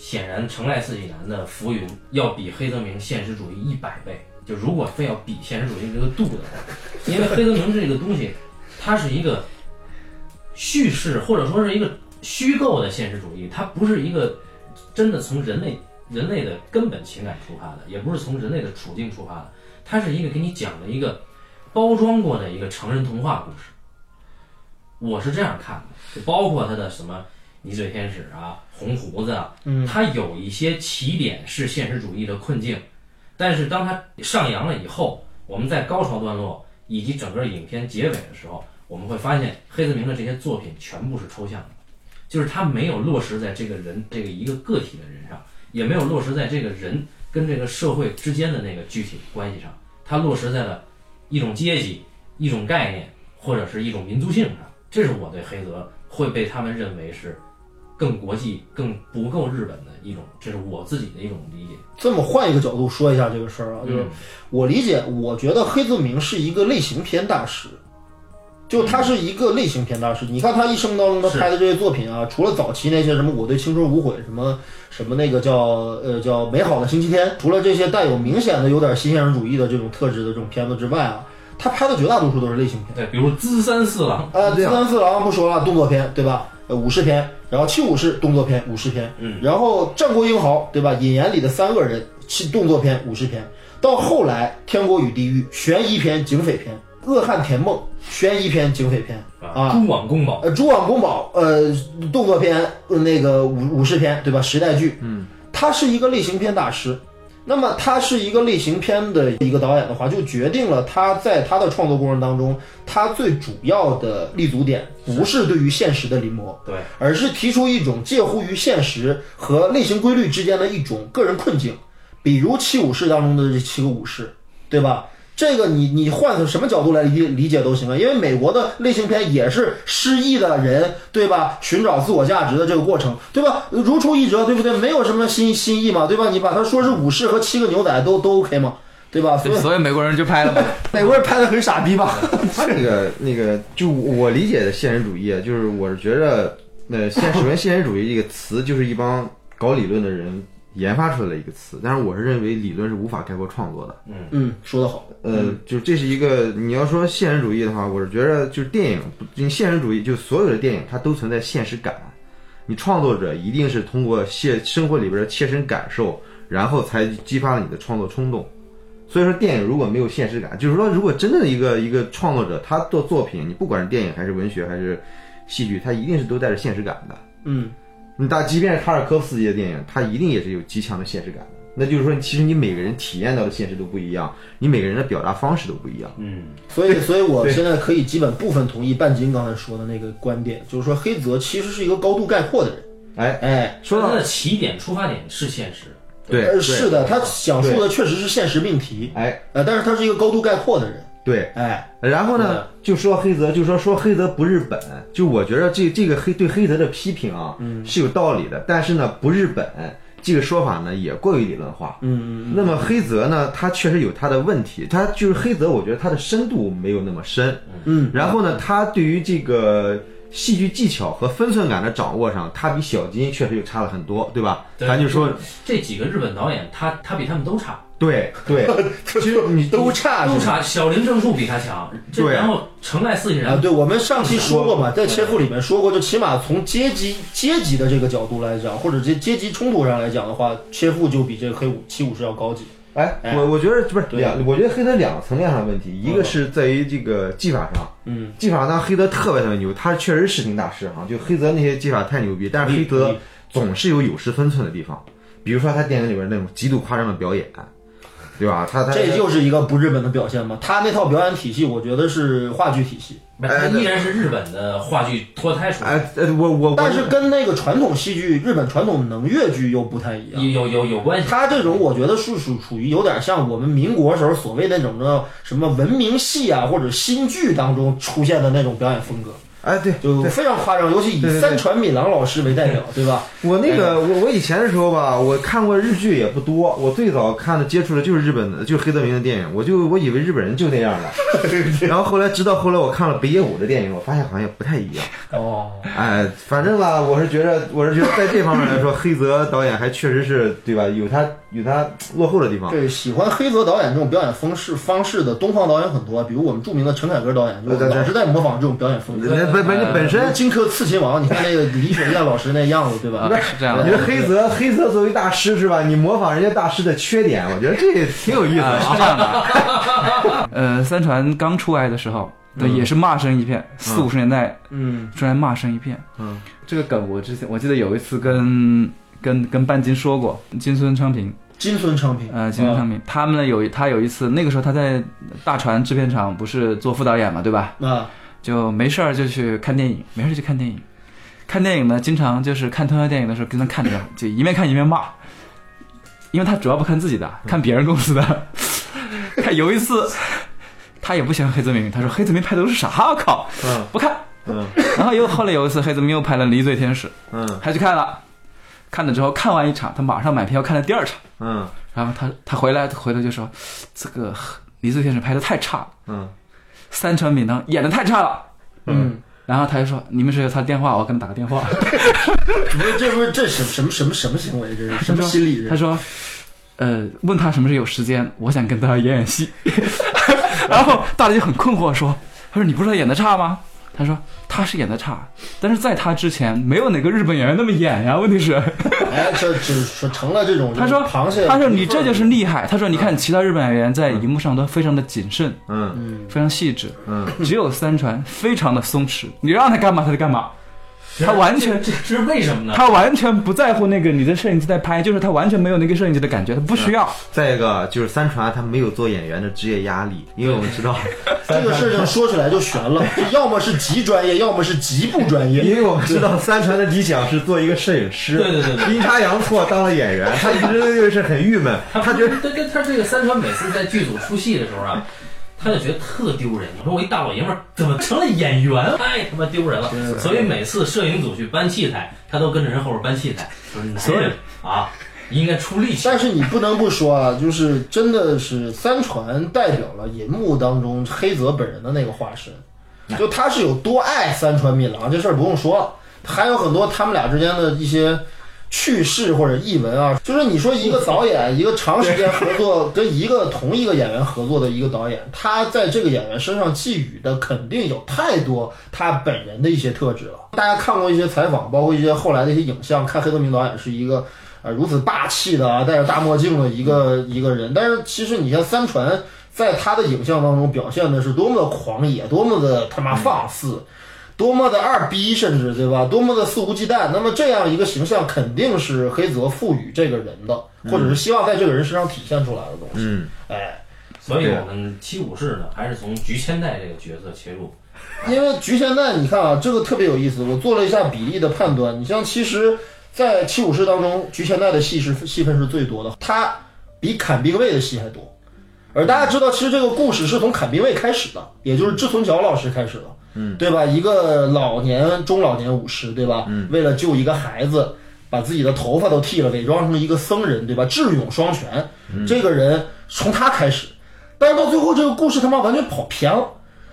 A: 显然，城濑四喜男的《浮云》要比黑泽明现实主义一百倍。就如果非要比现实主义这个度的话，因为黑泽明这个东西，它是一个叙事或者说是一个虚构的现实主义，它不是一个真的从人类人类的根本情感出发的，也不是从人类的处境出发的，它是一个给你讲的一个包装过的一个成人童话故事。我是这样看的，就包括他的什么泥醉天使啊、红胡子啊，它有一些起点是现实主义的困境，但是当它上扬了以后，我们在高潮段落以及整个影片结尾的时候，我们会发现黑泽明的这些作品全部是抽象的，就是他没有落实在这个人这个一个个体的人上，也没有落实在这个人跟这个社会之间的那个具体关系上，它落实在了一种阶级、一种概念或者是一种民族性上。这是我对黑泽会被他们认为是更国际、更不够日本的一种，这是我自己的一种理解。嗯
D: 这么换一个角度说一下这个事儿啊，就是我理解，我觉得黑泽明是一个类型片大师，就他是一个类型片大师。你看他一生当中他
A: 是
D: 拍的这些作品啊，除了早期那些什么《我对青春无悔》什么什么那个叫呃叫《美好的星期天》，除了这些带有明显的有点新现实主义的这种特质的这种片子之外啊，他拍的绝大多数都是类型片。
A: 对，比如《资三四郎》，
D: 呃，
C: 对
D: 自
C: 啊
D: 三四郎不说了，动作片对吧？呃，武士片，然后七武士动作片、武士片，
A: 嗯，
D: 然后战国英豪对吧？引言里的三个人，七动作片、武士片，到后来天国与地狱悬疑片、警匪片，恶汉田梦悬疑片、警匪片，啊
A: 孤往宫保，
D: 呃，蛛网宫保呃动作片、呃那个武武士片对吧？时代剧，嗯，他是一个类型片大师。那么他是一个类型片的一个导演的话，就决定了他在他的创作过程当中，他最主要的立足点不是对于现实的临摹，
A: 对，
D: 而是提出一种介乎于现实和类型规律之间的一种个人困境，比如七武士当中的这七个武士，对吧？这个你你换从什么角度来理理解都行啊，因为美国的类型片也是失意的人，对吧？寻找自我价值的这个过程，对吧？如出一辙，对不对？没有什么新新意嘛，对吧？你把它说是武士和七个牛仔都都 OK 嘛，对吧？所以
B: 所以美国人就拍了嘛。
D: 美国人拍的很傻逼吧？
C: 他那个那个，就我理解的现实主义，啊，就是我是觉着，呃，现首先现实主义这个词就是一帮搞理论的人研发出来的一个词，但是我是认为理论是无法概括创作的。
D: 嗯，说得好，
C: 呃，就这是一个你要说现实主义的话，我是觉着就是电影，你现实主义就所有的电影它都存在现实感，你创作者一定是通过现生活里边的切身感受，然后才激发了你的创作冲动。所以说，电影如果没有现实感，就是说，如果真正的一个一个创作者，他做作品，你不管是电影还是文学还是戏剧，他一定是都带着现实感的。
D: 嗯，
C: 你大，即便是塔尔科夫斯基的电影，它一定也是有极强的现实感的。那就是说，其实你每个人体验到的现实都不一样，你每个人的表达方式都不一样。
A: 嗯，
D: 所以，所以我
C: 对
D: 现在可以基本部分同意半斤刚才说的那个观点，就是说黑泽其实是一个高度概括的人。
C: 哎，
D: 哎，
C: 说
A: 它
C: 到
A: 的起点出发点是现实，
C: 对，
D: 呃
C: 对
D: 是，的，他讲述的确实是现实命题，
C: 哎，
D: 呃，但是他是一个高度概括的人。
C: 对。
D: 哎，
C: 然后呢，就说黑泽，就说说黑泽不日本，就我觉得这这个黑对黑泽的批评啊，是有道理的，但是呢，不日本这个说法呢也过于理论化。嗯，那么黑泽呢，他确实有他的问题，他就是黑泽，我觉得他的深度没有那么深。
D: 嗯，
C: 然后呢，他对于这个戏剧技巧和分寸感的掌握上，他比小金确实又差了很多，对吧？
A: 对
C: 咱就说，
A: 这几个日本导演，他他比他们都差，
C: 对对， 其实你
D: 都差
A: 都
D: 啊是吧
A: 差。小林正树比他强，这
C: 对
A: 然后城濑四喜
D: 啊，
A: 男，
D: 对，我们上期说过
C: 嗯
D: 嘛，在切腹里面说过，就起码从阶级阶级的这个角度来讲，或者阶阶级冲突上来讲的话，切腹就比这个黑武七武士要高级。
C: 哎，
D: 哎
C: 我我觉得不是
D: 对
C: 两，我觉得黑泽两个层面上的问题，一个是在于这个技法上，
D: 嗯，
C: 技法上黑泽特别特别牛，他确实是视听大师哈，就黑泽那些技法太牛逼，但是黑
D: 同
C: 泽
D: 意
C: 总是有有失分寸的地方，比如说他电影里边那种极度夸张的表演，对吧？他他
D: 这就是一个不日本的表现嘛。他那套表演体系，我觉得是话剧体系，
A: 不是它依然是日本的话剧脱胎出来的，
C: 哎呃，我我我
D: 但是跟那个传统戏剧、日本传统能乐剧又不太一样。
A: 有有有有关系。
D: 他这种，我觉得是属属于有点像我们民国时候所谓那种的什么文明戏啊，或者新剧当中出现的那种表演风格，
C: 哎对，
D: 就
C: 对
D: 非常夸张。尤其
C: 对对
D: 以
C: 对
D: 三船敏郎老师为代表，对吧？
C: 我那个我我以前的时候吧，我看过日剧也不多，我最早看的接触的就是日本的，就是黑泽明的电影，我就我以为日本人就那样的，然后后来直到后来我看了北野武的电影，我发现好像也不太一样。
D: 哦，
C: 哎，反正吧，我是觉得我是觉得在这方面来说，黑泽导演还确实是对吧，有他有他落后的地方。
D: 对，喜欢黑泽导演这种表演方式方式的东方导演很多，比如我们著名的陈凯歌导演，就
C: 对对对
D: 老是在模仿这种表演风格。
C: 那本本
A: 呃
C: 本身，
D: 荆轲刺秦王，你看那个李雪健老师那样子，对吧
B: 啊？，是这样的
C: 你。说黑泽黑泽作为大师是吧？你模仿人家大师的缺点，我觉得这挺有意 思
B: 啊，
C: 的。
B: 是这样的。呃，三船刚出来的时候，对，也是骂声一片，四五十年代
D: 嗯，
B: 出来骂声一片。
C: 嗯，
B: 这个梗我之前我记得有一次跟跟跟半斤说过，金孙昌平，
D: 金孙昌平，
B: 呃，金孙昌平，他们呢有一他有一次，那个时候他在大船制片厂不是做副导演嘛，对吧？
D: 啊，
B: 就没事儿就去看电影，没事儿就去看电影。看电影呢，经常就是看特效电影的时候，跟他看着，就一面看一面骂，因为他主要不看自己的，看别人公司的。他有一次，他也不喜欢黑泽明，他说黑泽明拍的都是啥？我靠，
C: 嗯
B: 不看。
C: 嗯
B: 然后又后来有一次，黑泽明又拍了《离罪天使》，
C: 嗯
B: 他去看了，看了之后看完一场，他马上买票看了第二场，
C: 嗯
B: 然后他他回来回头就说，这个《离罪天使》拍的太差了，
C: 嗯
B: 三川敏郎演的太差了。
D: 嗯，
B: 然后他就说：“你们谁有他的电话？我要跟他打个电话。
D: 不是，这不是这什什么什么什么行为？这是什么心理？”
B: 他
D: 这是
B: 说：“呃，问他什么时候有时间，我想跟他演演戏。” 然后大家就很困惑，说：“他说你不是他演的差吗？”他说：“他是演的差，但是在他之前，没有哪个日本演员那么演呀。问题是，
D: 哎，这只说成了这种。
B: 他说
D: 螃蟹，
B: 他说你这就是厉害。他说你看其他日本演员在荧幕上都非常的谨慎，
C: 嗯
D: 嗯，
B: 非常细致，
C: 嗯，
B: 只有三船非常的松弛。你让他干嘛他就干嘛，他完全
A: 这是为什么呢？
B: 他完全不在乎那个你的摄影机在拍，就是他完全没有那个摄影机的感觉，他不需要。
C: 再一个就是三船他没有做演员的职业压力，因为我们知道，
D: 这个事情说起来就悬了，就要么是极专业，要么是极不专业。
C: 因为我们知道三船的理想是做一个摄影师，
A: 对对对对
C: 阴差阳错当了演员，他一直就是很郁闷，他觉得
A: 对对，他这个三川每次在剧组出戏的时候 啊，他就觉得特丢人。你说我一大老爷们儿怎么成了演员？太他妈丢人了！所以每次摄影组去搬器材，他都跟着人后边搬器材。所以啊，应该出力气。
D: 但是你不能不说啊，就是真的是三船代表了银幕当中黑泽本人的那个化身，就他是有多爱三船敏郎，这事儿不用说了，还有很多他们俩之间的一些。趣事或者译文啊，就是你说一个导演，一个长时间合作跟一个同一个演员合作的一个导演，他在这个演员身上寄予的肯定有太多他本人的一些特质了。大家看过一些采访，包括一些后来的一些影像，看黑泽明导演是一个啊，如此霸气的啊，戴着大墨镜的一个一个人。但是其实你看三船在他的影像当中表现的是多么的狂野，多么的他妈放肆，多么的二逼，甚至对吧？多么的肆无忌惮。那么这样一个形象，肯定是黑泽赋予这个人的，或者是希望在这个人身上体现出来的东西。
C: 嗯，
D: 哎，
A: 所以我们七武士呢，还是从菊千代这个角色切入。
D: 因为局限在你看啊，这个特别有意思。我做了一下比例的判断，你像其实，在七武士当中，局限在的戏是戏份是最多的，它比坎兵卫的戏还多。而大家知道，其实这个故事是从坎兵卫开始的，也就是志村桥老师开始的，嗯，对吧？一个老年中老年武士，对吧？嗯，为了救一个孩子，把自己的头发都剃了，伪装成一个僧人，对吧？智勇双全，这个人从他开始，但是到最后这个故事他妈完全跑偏了，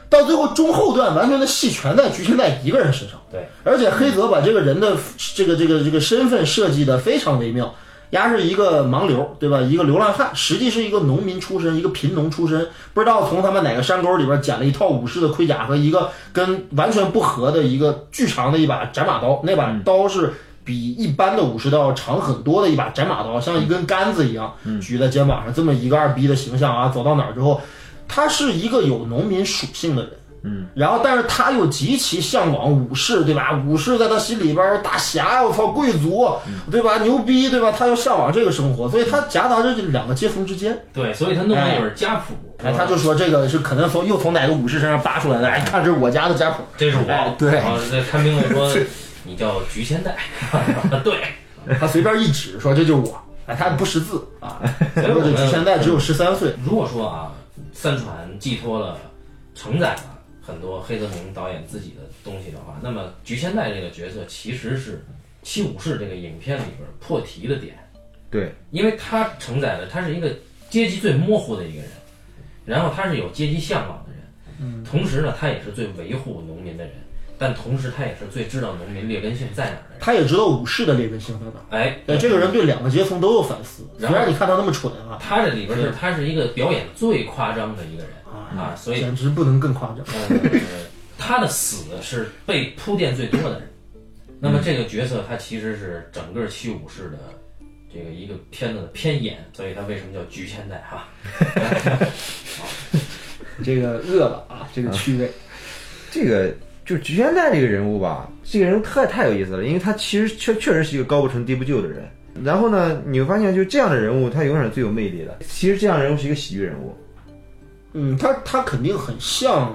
D: 到最后中后段完全的戏全在局限在一个人身上。
A: 对，
D: 而且黑泽把这个人的这个这个这个身份设计的非常微妙，丫是一个盲流，对吧？一个流浪汉，实际是一个农民出身，一个贫农出身，不知道从他们哪个山沟里边捡了一套武士的盔甲和一个跟完全不合的一个巨长的一把斩马刀，那把刀是。比一般的武士刀要长很多的一把斩马刀，像一根杆子一样举在肩膀上，这么一个二逼的形象啊，走到哪儿之后，他是一个有农民属性的人，
C: 嗯，
D: 然后但是他又极其向往武士，对吧？武士在他心里边儿大侠，我操，贵族，
A: 嗯
D: 对吧？牛逼，对吧？他又向往这个生活，所以他夹杂着这两个阶层之间。
A: 对，所以他弄了一本家谱，
D: 哎，他就说这个是可能从又从哪个武士身上扒出来的，哎，看这是我家的家谱，
A: 这是我
D: 哎，对
A: 然后这看病的 说你叫菊千代，对，
D: 他随便一指说这就是我，哎，他不识字啊，所以
A: 以我
D: 说这
A: 们
D: 菊千代只有十三岁，
A: 如果说啊，三船寄托了、承载了很多黑泽明导演自己的东西的话，那么菊千代这个角色其实是《七武士》这个影片里边破题的点，
C: 对，
A: 因为他承载了他是一个阶级最模糊的一个人，然后他是有阶级向往的人，嗯，同时呢，他也是最维护农民的人，但同时他也是最知道农民劣根性在哪儿的人。
D: 他也知道武士的劣根性在哪儿。
A: 哎，
D: 对，这个人对两个阶层都有反思，虽
A: 然后
D: 然你看他那么蠢啊，
A: 他这里边是他是一个表演最夸张的一个人啊，所以
D: 简直不能更夸张。
A: 呃， 他的死是被铺垫最多的人。那么这个角色他其实是整个七武士的这个一个片子的偏演，所以他为什么叫菊千代哈？
D: 这个饿了啊，
A: 嗯
D: 这个趣味。
C: 这个就是菊千代这个人物吧，这个人物太太有意思了，因为他其实确确实是一个高不成低不就的人。然后呢，你会发现，就这样的人物，他永远是最有魅力的。其实这样的人物是一个喜剧人物，
D: 嗯，他他肯定很像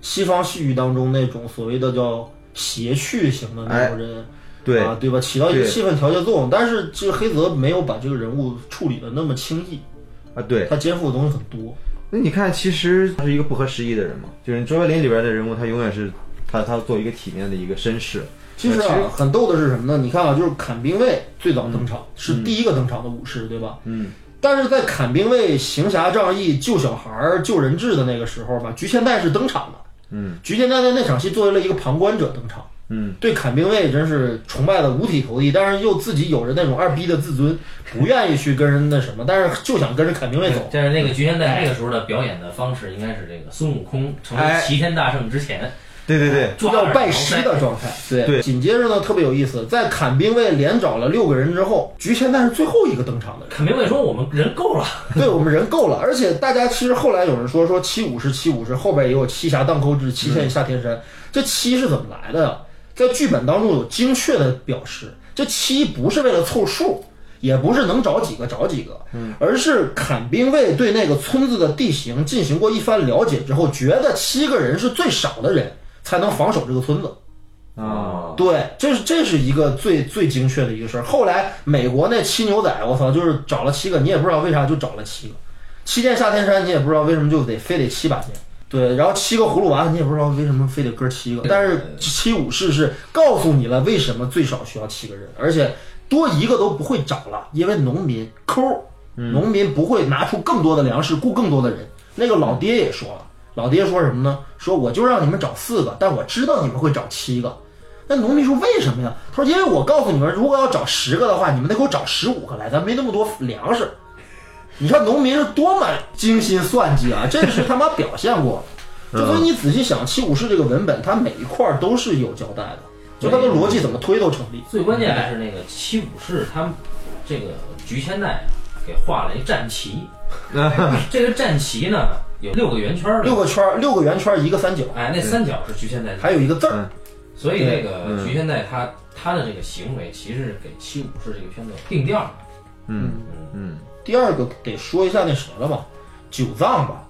D: 西方戏剧当中那种所谓的叫谐趣型的那种人，
C: 哎对，
D: 啊，对吧？起到一个
C: 对
D: 气氛调节作用。但是这个黑泽没有把这个人物处理的那么轻易，
C: 啊对。
D: 他肩负的东西很多。
C: 那你看，其实他是一个不合时宜的人嘛，就是卓别林里边的人物，他永远是他他做一个体面的一个绅士，
D: 其实
C: 其实
D: 啊，很逗的是什么呢？你看啊，就是坎兵卫最早登场，是第一个登场的武士，对吧？
C: 嗯，
D: 但是在坎兵卫行侠仗义、救小孩儿、救人质的那个时候吧，菊千代是登场的。
C: 嗯，
D: 菊千代在那场戏作为了一个旁观者登场。
C: 嗯，
D: 对坎兵卫真是崇拜的五体投地，但是又自己有着那种二逼的自 尊，不愿意去跟人那什么，但是就想跟着坎兵卫走。哎
A: 但是那个菊千代那个时候的表演的方式应该是这个孙悟空成为齐天大圣之前，
C: 对对对，
A: 抓
D: 要
A: 耳
D: 拜
A: 挠
D: 师
A: 腮
D: 的状态，对
C: 对
D: 紧接着呢，特别有意思，在坎兵卫连找了六个人之后，菊千代是最后一个登场的人。
A: 肯定会说我们人够了，
D: 对我们人够了，而且大家其实后来有人说说七武士，七武士后边也有七侠荡寇志，七剑下天山。这七是怎么来的呀？在剧本当中有精确的表示，这七不是为了凑数，也不是能找几个找几个，而是坎兵卫对那个村子的地形进行过一番了解之后，觉得七个人是最少的人才能防守这个村子。
C: 啊，
D: 对，这是这是一个最最精确的一个事儿。后来美国那七牛仔，我操，就是找了七个，你也不知道为啥就找了七个。七剑下天山，你也不知道为什么就得非得七把剑。对，然后七个葫芦娃，你也不知道为什么非得哥七个。但是七武士是告诉你了为什么最少需要七个人，而且多一个都不会涨了，因为农民抠儿，农民不会拿出更多的粮食雇更多的人。那个老爹也说了，老爹说什么呢？说我就让你们找四个，但我知道你们会找七个。那农民说为什么呀？他说因为我告诉你们，如果要找十个的话，你们得给我找十五个来，咱没那么多粮食。你看农民是多么精心算 计啊！这是他妈表现过
A: 嗯
D: 的。就所以你仔细想，《七武士》这个文本，它每一块儿都是有交代的，就它的逻辑怎么推都成立。嗯
A: 最关键的是那个七武士，他们这个菊千代啊，给画了一战 旗。这个战旗呢有六个圆圈儿的，
D: 六个圈儿，六个圆圈儿，一个三角，
A: 哎，那三角是菊千代的，
D: 还有一个字
A: 嗯
D: 儿。
A: 所以这个
C: 嗯
A: 菊千代他他的这个行为其实是给七武士这个片子定调了。
C: 嗯
A: 嗯，
C: 嗯，
D: 第二个得说一下那谁了吧，九藏吧，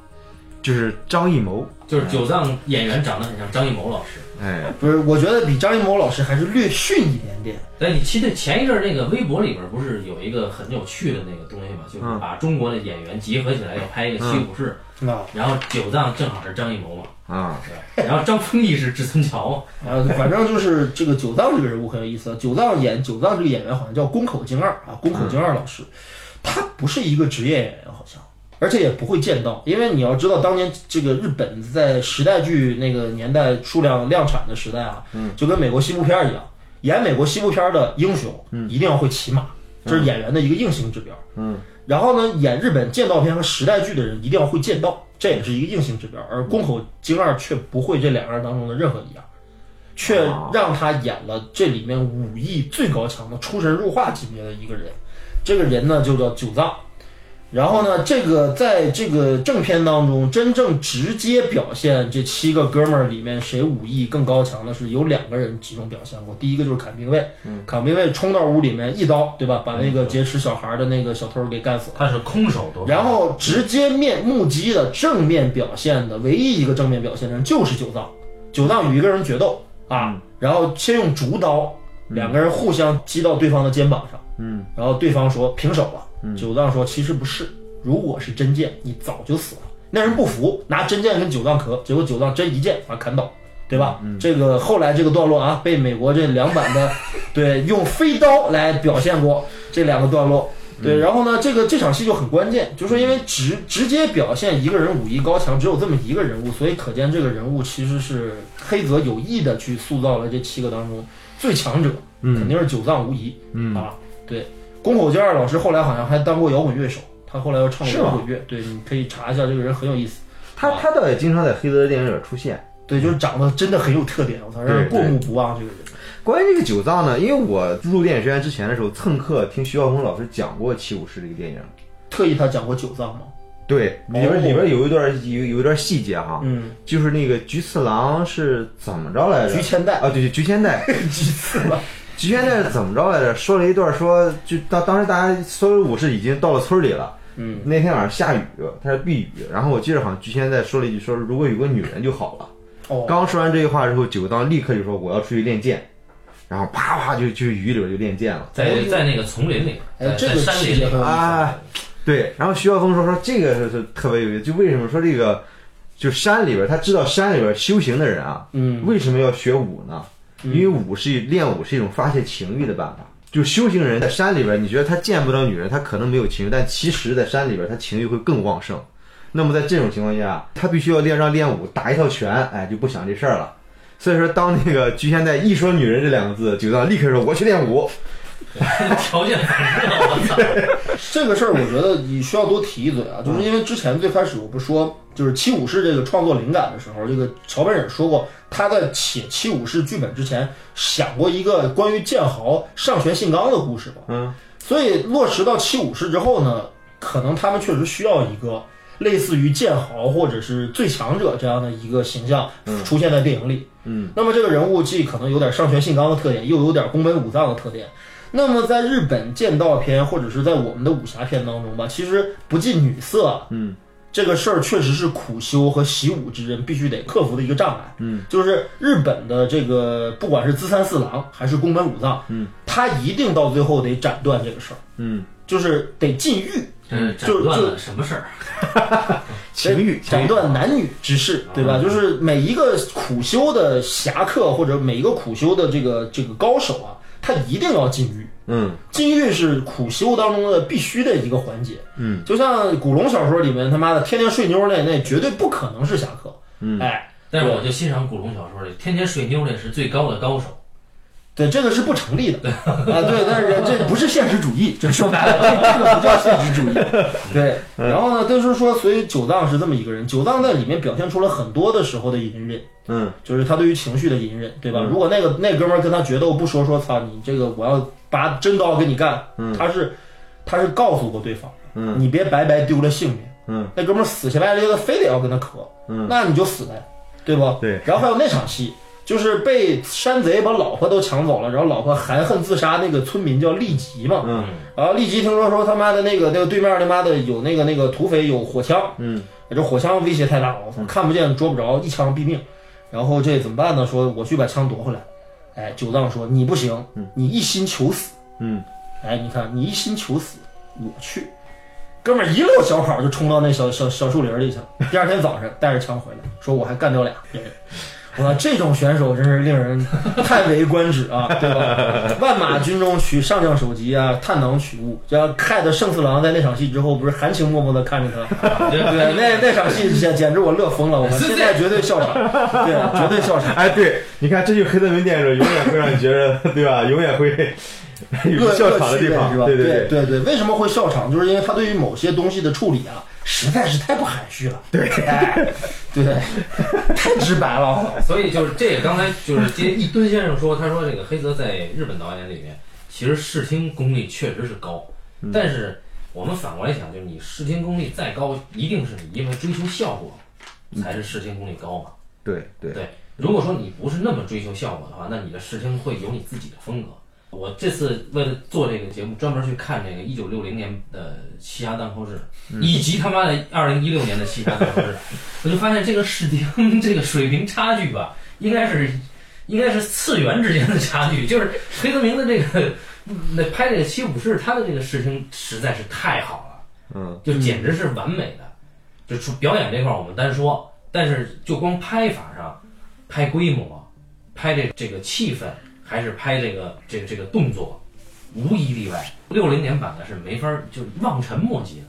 C: 就是张艺谋，
D: 嗯
A: 就是九藏演员长得很像张艺谋老师。
C: 哎，
D: 不是，我觉得比张艺谋老师还是略逊一点点。
A: 哎，你其实前一阵儿那个微博里边不是有一个很有趣的那个东西嘛，就是
D: 嗯
A: 把中国的演员集合起来要拍一个七武士，
D: 啊，
A: 然后九藏正好是张艺谋嘛，
C: 啊，
A: 对吧然后张丰毅是志村桥嘛，
D: 啊，反正就是这个九藏这个人物很有意思。啊九藏演九藏这个演员好像叫宫口京二啊，宫口京二老师，他不是一个职业演员，好像，而且也不会剑道，因为你要知道，当年这个日本在时代剧那个年代数量量产的时代啊，就跟美国西部片儿一样，演美国西部片儿的英雄，一定要会骑马，这是演员的一个硬性指标。
C: 嗯，
D: 然后呢，演日本剑道片和时代剧的人一定要会剑道，这也是一个硬性指标。而宫口京二却不会这两样当中的任何一样，却让他演了这里面武艺最高强的出神入化级别的一个人。这个人呢，就叫九藏。然后呢，这个在这个正片当中，真正直接表现这七个哥们儿里面谁武艺更高强的是有两个人集中表现过。第一个就是砍兵卫，砍兵卫冲到屋里面一刀，对吧？把那个劫持小孩的那个小偷给干死了。
A: 他是空手夺，
D: 然后直接面目击的正面表现的唯一一个正面表现的人就是九藏，九藏与一个人决斗啊，然后先用竹刀，两个人互相击到对方的肩膀上，嗯，然后对方说平手了，九藏说其实不是，如果是真剑，你早就死了。那人不服，拿真剑跟九藏磕，结果九藏真一剑把他砍倒。对吧？这个后来这个段落啊，被美国这两版的，对，用飞刀来表现过这两个段落。对，然后呢，这个这场戏就很关键，就是说因为直直接表现一个人武艺高强，只有这么一个人物，所以可见这个人物其实是黑泽有意的去塑造了这七个当中最强者，
C: 嗯
D: 肯定是九藏无疑。嗯啊，对，宫口健二老师后来好像还当过摇滚乐手，他后来又唱过摇滚乐，对，你可以查一下，这个人很有意思。
C: 他他倒也经常在黑泽的电影里边出现。
D: 对，就是长得真的很有特点，我操，让人
C: 对
D: 过
C: 对
D: 目不忘这个人。
C: 关于这个九藏呢，因为我入电影学院之前的时候，蹭课听徐浩峰老师讲过《七武士》这个电影。
D: 特意他讲过九藏嘛，
C: 对，里边里边有一段有有一段细节
D: 哦
C: 哈，
D: 嗯，
C: 就是那个菊次郎是怎么着来着？
D: 菊千代
C: 啊，对，菊千代，
D: 几次了，
C: 菊千代是怎么着来着？说了一段说，就当当时大家所有武士已经到了村里了。
D: 嗯，
C: 那天晚上下雨，他是避雨。然后我记得好像菊千代说了一句说，如果有个女人就好了。
D: 哦，
C: 刚说完这句话之后，九当立刻就说我要出去练剑，然后啪啪就去雨里边就练剑了。
A: 在在那个丛林里
D: 哎
A: 边，在
D: 这
A: 在
D: 个
A: 山
D: 细
A: 林
D: 节
A: 里
D: 很有意思
C: 啊，对，然后徐晓峰说说这个是是特别有意思，就为什么说这个，就山里边他知道山里边修行的人啊，
D: 嗯，
C: 为什么要学武呢？因为武是一练武是一种发泄情欲的办法。就修行人在山里边，你觉得他见不到女人，他可能没有情欲，但其实，在山里边，他情欲会更旺盛。那么在这种情况下，他必须要练让练武，打一套拳，哎，就不想这事儿了。所以说，当那个菊现代一说“女人”这两个字，九藏立刻说：“我去练武。
A: 条件反射，我操，
D: 这个事儿，我觉得你需要多提一嘴啊，就是因为之前最开始我不是说，就是《七武士》这个创作灵感的时候，这个桥本忍说过，他在写《七武士》剧本之前想过一个关于剑豪上弦信纲的故事嘛，
C: 嗯，
D: 所以落实到《七武士》之后呢，可能他们确实需要一个类似于剑豪或者是最强者这样的一个形象出现在电影里，
C: 嗯，
D: 那么这个人物既可能有点上弦信纲的特点，又有点宫本武藏的特点。那么在日本剑道片或者是在我们的武侠片当中吧，其实不近女色，
C: 嗯，
D: 这个事儿确实是苦修和习武之人必须得克服的一个障碍，嗯，就是日本的这个不管是资三四郎还是宫本武藏，
C: 嗯，
D: 他一定到最后得斩断这个事儿，”
C: 嗯，
D: 就是得禁欲，
A: 这斩
D: 就
A: 断
D: 就
A: 了什么事儿？
C: 情欲，
D: 斩
C: 情欲啊
D: 断男女之事，对吧？就是每一个苦修的侠客或者每一个苦修的这个这个高手啊，他一定要禁欲。
C: 嗯
D: 禁欲是苦修当中的必须的一个环节。嗯，就像古龙小说里面他妈的天天睡妞那那绝对不可能是侠客。嗯，哎，
A: 但是我就欣赏古龙小说里，天天水妞那是最高的高手，
D: 对，这个是不成立的啊。对，但是这不是现实主义，这说白了，这这个不叫现实 主义。对，然后呢，就是说，所以九藏是这么一个人，九藏在里面表现出了很多的时候的隐忍。
C: 嗯
D: 就是他对于情绪的隐忍，对吧？如果那个那哥们儿跟他决斗不说说操你这个我要拔真刀跟你干，他是他是告诉过对方，
C: 嗯
D: 你别白白丢了性命，
C: 嗯，
D: 那哥们儿死乞白赖的非得要跟他磕，
C: 嗯
D: 那你就死呗，对不？
C: 对
D: 然后还有那场戏，就是被山贼把老婆都抢走了，然后老婆含恨自杀，那个村民叫利吉嘛，
C: 嗯
D: 然后利吉听说说他妈的那个那个对面他妈的有那个那个土匪有火枪，
C: 嗯
D: 这火枪威胁太大了，我操，看不见捉不着，一枪毙命。然后这怎么办呢？说我去把枪夺回来。哎，九藏说你不行，你一心求死。
C: 嗯，
D: 哎，你看你一心求死，我去。哥们儿一溜小跑就冲到那小小小树林里去了。第二天早上带着枪回来，说我还干掉俩人。我操，这种选手真是令人叹为观止啊，对吧？万马军中取上将首级啊，探囊取物。这害得胜次郎在那场戏之后，不是含情脉脉的看着他，对，那那场戏简简直我乐疯了，我现在绝对笑场，对，绝对笑场。
C: 哎，对，你看，这就是黑泽明电影中永远会让你觉得，对吧？永远会 有
D: 乐
C: 个笑场的地
D: 乐趣呗是
C: 方，
D: 吧？
C: 对
D: 对
C: 对，
D: 对为什么会笑场？就是因为他对于某些东西的处理啊，实在是太不含蓄了，对，哎、对，太直白了。
A: 所以就是这个，刚才就是接一吨先生说，他说这个黑泽在日本导演里面，其实视听功力确实是高，但是我们反过来想，就是你视听功力再高，一定是你因为追求效果才是视听功力高嘛。
C: 对对
A: 对，如果说你不是那么追求效果的话，那你的视听会有你自己的风格。我这次为了做这个节目，专门去看这个一九六零年的嘻哈单口日，以及他妈的二零一六年的嘻哈单口日，我就发现这个视听这个水平差距吧，应该是应该是次元之间的差距。就是黑泽明的这个那拍这个七武士，他的这个视听实在是太好了。
C: 嗯，
A: 就简直是完美的。就除表演这块儿我们单说，但是就光拍法上，拍规模，拍这这个气氛，还是拍这个这个这个动作，无一例外，六零年版的是没法儿就是望尘莫及的。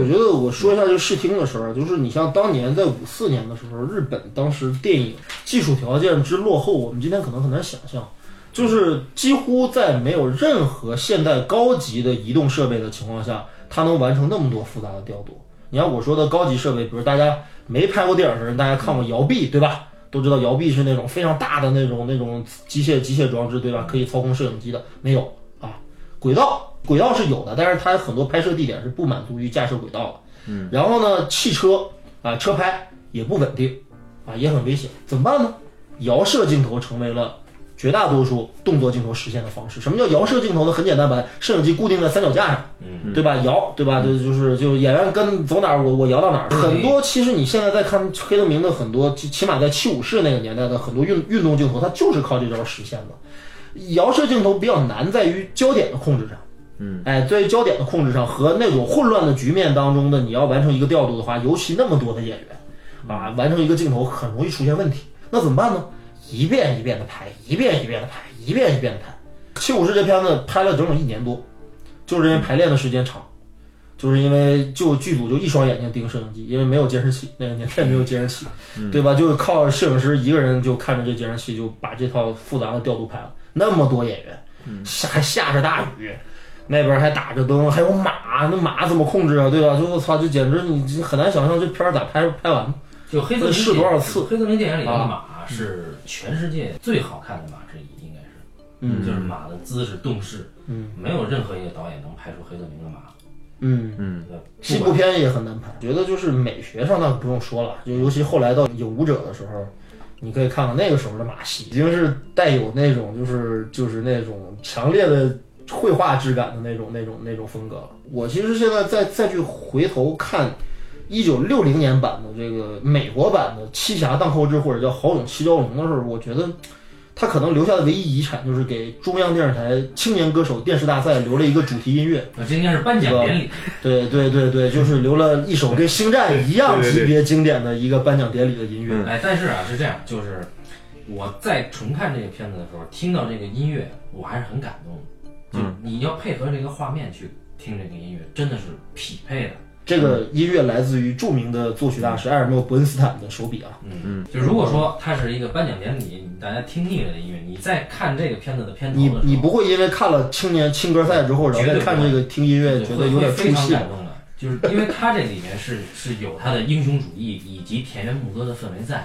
D: 我觉得我说一下这个视听的事儿，就是你像当年在五四年的时候，日本当时电影技术条件之落后，我们今天可能很难想象，就是几乎在没有任何现代高级的移动设备的情况下，它能完成那么多复杂的调度。你看我说的高级设备，比如大家没拍过电影的人，大家看过摇臂，对吧？都知道摇臂是那种非常大的那种那种机械机械装置，对吧？可以操控摄影机的，没有啊。轨道轨道是有的，但是它很多拍摄地点是不满足于架设轨道的。嗯，然后呢，汽车啊车拍也不稳定，啊也很危险，怎么办呢？摇摄镜头成为了绝大多数动作镜头实现的方式。什么叫摇摄镜头呢？很简单，把摄影机固定在三脚架上，
A: 嗯
D: 对吧？摇，对吧？就就是就演员跟走哪儿，我我摇到哪儿。
A: 嗯
D: 很多其实你现在在看黑泽明的很多，起起码在七武士那个年代的很多运运动镜头，它就是靠这招实现的。摇摄镜头比较难在于焦点的控制上。嗯，哎，在于焦点的控制上和那种混乱的局面当中的，你要完成一个调度的话，尤其那么多的演员，啊，完成一个镜头很容易出现问题。那怎么办呢？一遍一遍的拍，一遍一遍的拍，一遍一遍的拍。七武士这片子拍了整整一年多，就是因为排练的时间长，就是因为就剧组就一双眼睛盯摄影机，因为没有监视器，那个年代没有监视器，对吧？就是靠摄影师一个人就看着这监视器，就把这套复杂的调度拍了。那么多演员，下还下着大雨，那边还打着灯，还有马，那马怎么控制啊？对吧？就我操，就简直你你很难想象这片儿咋拍拍完的。
A: 就黑泽明
D: 试多少次啊
A: 黑泽明电影里的马是全世界最好看的马之一，应该是，
D: 嗯
A: 就是马的姿势动势，
D: 嗯，
A: 没有任何一个导演能拍出黑泽明的马。
D: 嗯。
A: 对吧
D: 西部片也很难拍，觉得就是美学上那不用说了，就尤其后来到有舞者的时候，你可以看看那个时候的马戏，已经是带有那种就是就是那种强烈的绘画质感的那种那种那种风格了。我其实现在再再去回头看。一九六零年版的这个美国版的《七侠荡寇志》或者叫《豪勇七蛟龙》的时候，我觉得他可能留下的唯一遗产就是给中央电视台青年歌手电视大赛留了一个主题音乐，
A: 那这应该是颁奖典礼，
D: 对对对对，就是留了一首跟《星战》一样
C: 对对
D: 级
C: 对
D: 别经典的一个颁奖典礼的音乐。
A: 哎，但是啊，是这样，就是我在重看这个片子的时候，听到这个音乐，我还是很感动的。就你要配合这个画面去听这个音乐，真的是匹配的。
D: 这个音乐来自于著名的作曲大师埃尔诺·伯恩斯坦的手笔啊。
A: 嗯嗯，就如果说它是一个颁奖典礼，你大家听腻了的音乐，你再看这个片子的片头的
D: 你
A: 时候，
D: 你不会因为看了青年青歌赛之后，然后
A: 绝
D: 再
A: 对
D: 看
A: 不会
D: 这个听音乐，
A: 对
D: 觉
A: 会
D: 得有点
A: 会
D: 出
A: 非常
D: 戏。
A: 感动的，就是因为它这里面是是有它的英雄主义以及田园牧歌的氛围在。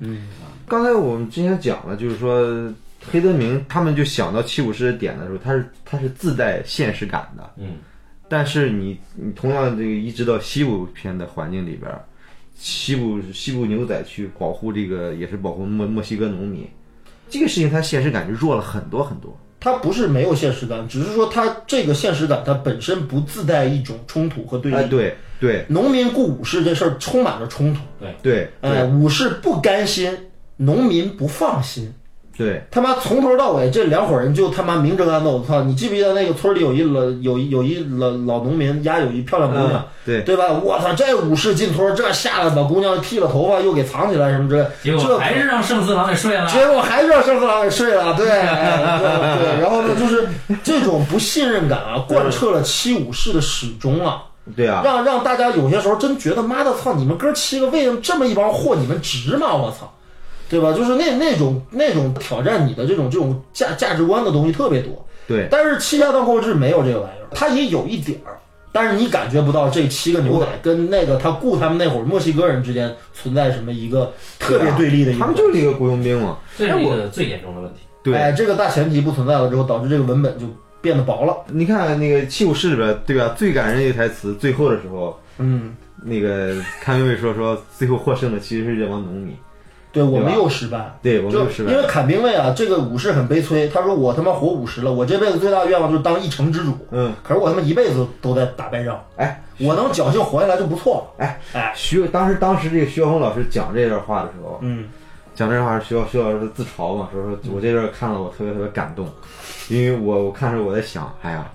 D: 嗯，
C: 刚才我们之前讲了，就是说黑泽明他们就想到七武士的点的时候，他是他是自带现实感的，
A: 嗯，
C: 但是你你同样这个移植到西部片的环境里边儿，西部西部牛仔去保护这个也是保护墨墨西哥农民，这个事情它现实感就弱了很多很多。
D: 它不是没有现实感，只是说它这个现实感它本身不自带一种冲突和对立。
C: 哎，对对
D: 农民雇武士这事儿充满了冲突。
C: 对
D: 哎，
C: 对
D: 武士不甘心，农民不放心。
C: 对，
D: 他妈从头到尾这两伙人就他妈明争暗斗，我操！你记不记得那个村里有一老有一有一老老农民家有一漂亮姑娘，
C: 对
D: 对吧？我操，这武士进村这下来把姑娘剃了头发又给藏起来什么之类，
A: 结果
D: 这
A: 还是让圣四郎给睡了。
D: 结果还是让生死郎给 睡了，对、哎对对，然后呢就是这种不信任感啊，贯彻了七武士的始终啊。
C: 对啊，
D: 让让大家有些时候真觉得妈的操，你们哥七个为什么这么一帮货，你们值吗？我操，对吧？就是那那种那种挑战你的这种这种价价值观的东西特别多。
C: 对
D: 但是七家当后制没有这个玩意儿，它也有一点儿，但是你感觉不到这七个牛仔跟那个他雇他们那会儿墨西哥人之间存在什么一个特别对立的一个
C: 啊他
D: 关系。哎
C: 们就是一个雇佣兵嘛。
A: 这是一个最严重的问题。
C: 对
D: 哎，这个大前提不存在了之后，导致这个文本就变得薄了。
C: 你看那个《七武士》里边，对吧？最感人的一台词，最后的时候，
D: 嗯，
C: 那个康明卫说说，最后获胜的其实是这帮农民。
D: 对我们
C: 对吧
D: 又失败了。
C: 对，我们
D: 就
C: 就是
D: 因为坎兵卫啊，这个武士很悲催。他说：“我他妈活五十了，我这辈子最大的愿望就是当一城之主。
C: 嗯，
D: 可是我他妈一辈子都在打败仗，
C: 哎，
D: 我能侥幸活下来就不错了。
C: 哎
D: 哎，
C: 徐当时当时这个徐晓峰老师讲这段话的时候，
D: 嗯，
C: 讲这段话，徐老徐老师自嘲嘛，说说我这段看了我特别特别感动，因为我我看着我在想，哎呀，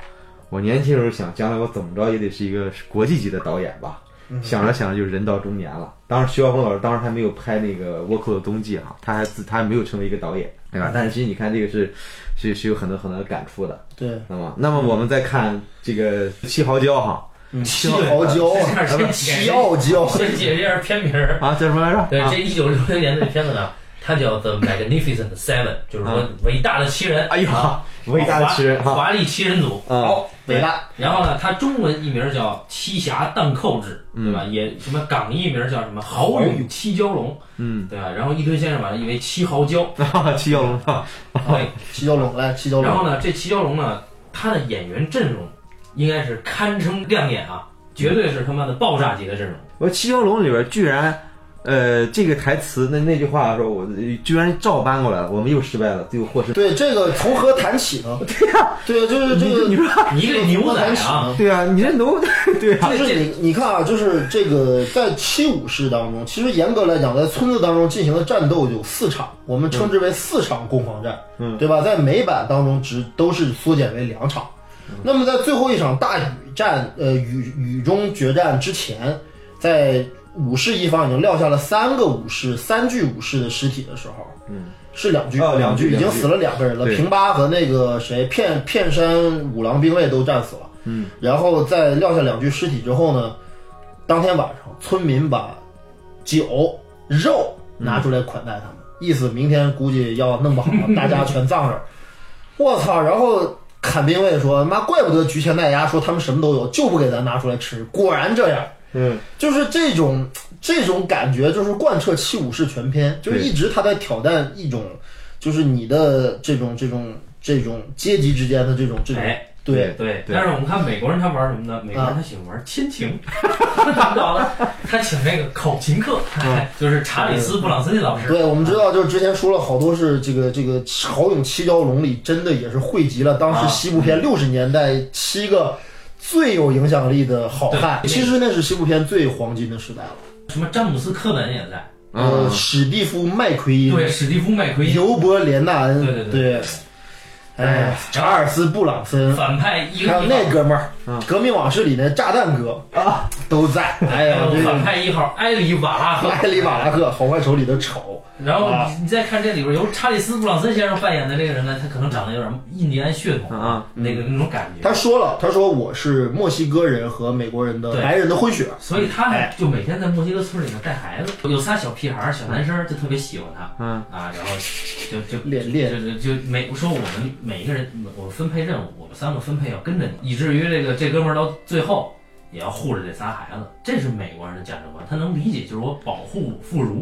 C: 我年轻时候想将来我怎么着也得是一个国际级的导演吧。
D: 嗯
C: 想着想着就人到中年了。当时徐晓峰老师当时还没有拍那个《倭寇的冬季》啊，他还自他还没有成为一个导演，对
D: 嗯
C: 吧？但是其实你看这个是是是有很多很多的感触的。
D: 对，
C: 那么那么我们再看这个七豪娇哈
D: 气 傲娇啊，
A: 先
D: 气
A: 解
D: 傲 娇，
A: 先解释一下片名儿。
C: 啊，叫什么来着？
A: 对，
C: 啊
A: 这一九六零年的片子呢，它叫《The Magnificent Seven》，就是说伟大的七人。
C: 啊哎呀，伟大的奇人
A: 华
C: 哈，
A: 华丽七人组。
C: 嗯
D: 好伟大，
A: 然后呢，它中文译名叫《七侠荡寇志》，
C: 嗯
A: 对吧？也什么港译名叫什么《豪勇七蛟龙》，
C: 嗯，
A: 对吧？然后一堆先生把它译为七豪蛟。
C: 七小龙哈，
A: 对
D: 七蛟龙来，七蛟
A: 然
D: 龙，
A: 后呢，这七蛟龙呢，它的演员阵容应该是堪称亮眼啊，绝对是他妈的爆炸级的 阵容。
C: 我七小龙里边居然。呃，这个台词那那句话说，我居然照搬过来了，我们又失败了，最后获胜。
D: 对这个从何谈起呢？对呀，
B: 嗯
D: 对，就是这个
C: 你说
A: 你一个牛仔 啊，
C: 对啊，你这能对啊，
D: 就是你你看啊，就是这个在七武士当中，其实严格来讲，在村子当中进行的战斗有四场，我们称之为四场攻防战，
C: 嗯
D: 对吧？在美版当中只都是缩减为两场。
C: 嗯
D: 那么在最后一场大雨战，呃雨雨中决战之前，在武士一方已经撂下了三个武士、三具武士的尸体的时候，
C: 嗯，
D: 是两具，
C: 哦两
D: 已
C: 具
D: 经
C: 两具
D: 死了两个人了，
C: 对
D: 平八和那个谁片片山五郎兵卫都战死了。
C: 嗯，
D: 然后在撂下两具尸体之后呢，当天晚上村民把酒
C: 嗯
D: 肉拿出来款待他们，意思明天估计要弄不 好大家全葬这儿。我操！然后砍兵卫说：“妈，怪不得菊前代家说他们什么都有，就不给咱拿出来吃。果然这样。”
C: 嗯，
D: 就是这种这种感觉，就是贯彻七武士全篇，就是
C: 对
D: 一直他在挑战一种，就是你的这种这种这种阶级之间的这种这种
A: 哎，
D: 对嗯
A: 对，
C: 对
A: 但是我们看美国人他玩什么呢？美国人他喜欢玩亲情， 知道了，他请那个口琴课，哎就是查理斯·布朗森利老师。
D: 嗯对，我们知道就是之前说了好多是这个这个《豪勇七蛟龙》里真的也是汇集了当
A: 啊
D: 时西部片六十年代七个最有影响力的好汉，
A: 对
D: 其实那是西部片最黄金的时代了。
A: 什么詹姆斯·科本也在，
D: 呃，
C: 嗯
D: 史蒂夫·麦奎因、
A: 对，史蒂夫·麦奎因，
D: 尤伯·连纳恩，
A: 对对对对
D: 哎呀，查尔斯·布朗森，
A: 反派一
D: 还
A: 个
D: 有
A: 地
D: 那
A: 方，
D: 哥们儿，革命往事》里那炸弹哥嗯啊，都在。哎呀，
A: 还
D: 这
A: 有嗯反
D: 个
A: 派一号埃里瓦拉赫，
D: 埃里瓦拉赫好坏手里的丑，
A: 然后
D: 啊
A: 你再看这里边由查理斯·布朗森先生扮演的这个人呢，他可能长得有点印第安血统
C: 啊，
D: 嗯
A: 那个那种感觉
D: 他，说了，他说我是墨西哥人和美国人的
A: 对
D: 白人的混血。
A: 所以他呢就每天在墨西哥村里面带孩子，有仨小屁孩儿、小男生儿就特别喜欢他
C: 嗯
A: 啊，然后就就
D: 练练
A: 就就就每说我们每一个人，我分配任务，我们三个分配要跟着你，以至于这个这哥们儿到最后也要护着这仨孩子，这是美国人的价值观，他能理解，就是我保护妇孺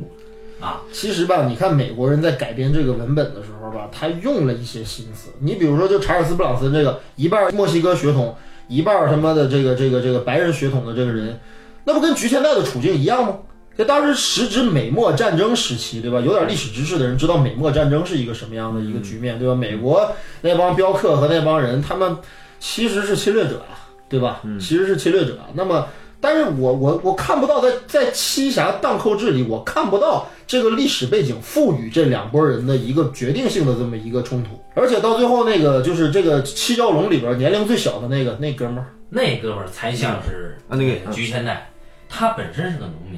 A: 啊，
D: 其实吧，你看美国人在改编这个文本的时候吧，他用了一些心思。你比如说，就查尔斯·布朗森这个一半墨西哥血统，一半他妈的这个这个这个白人血统的这个人，那不跟局现代的处境一样吗？这当时时值美墨战争时期，对吧？有点历史知识的人知道美墨战争是一个什么样的一个局面，对吧？美国那帮镖客和那帮人，他们其实是侵略者，啊对吧？其实是侵略者。啊那么，但是我我我看不到在在《七侠荡寇志》里，我看不到这个历史背景赋予这两拨人的一个决定性的这么一个冲突。而且到最后那个就是这个七蛟龙里边年龄最小的那个那哥们儿，
A: 那哥们儿才像是
C: 啊那个
A: 菊千代，他本身是个农民。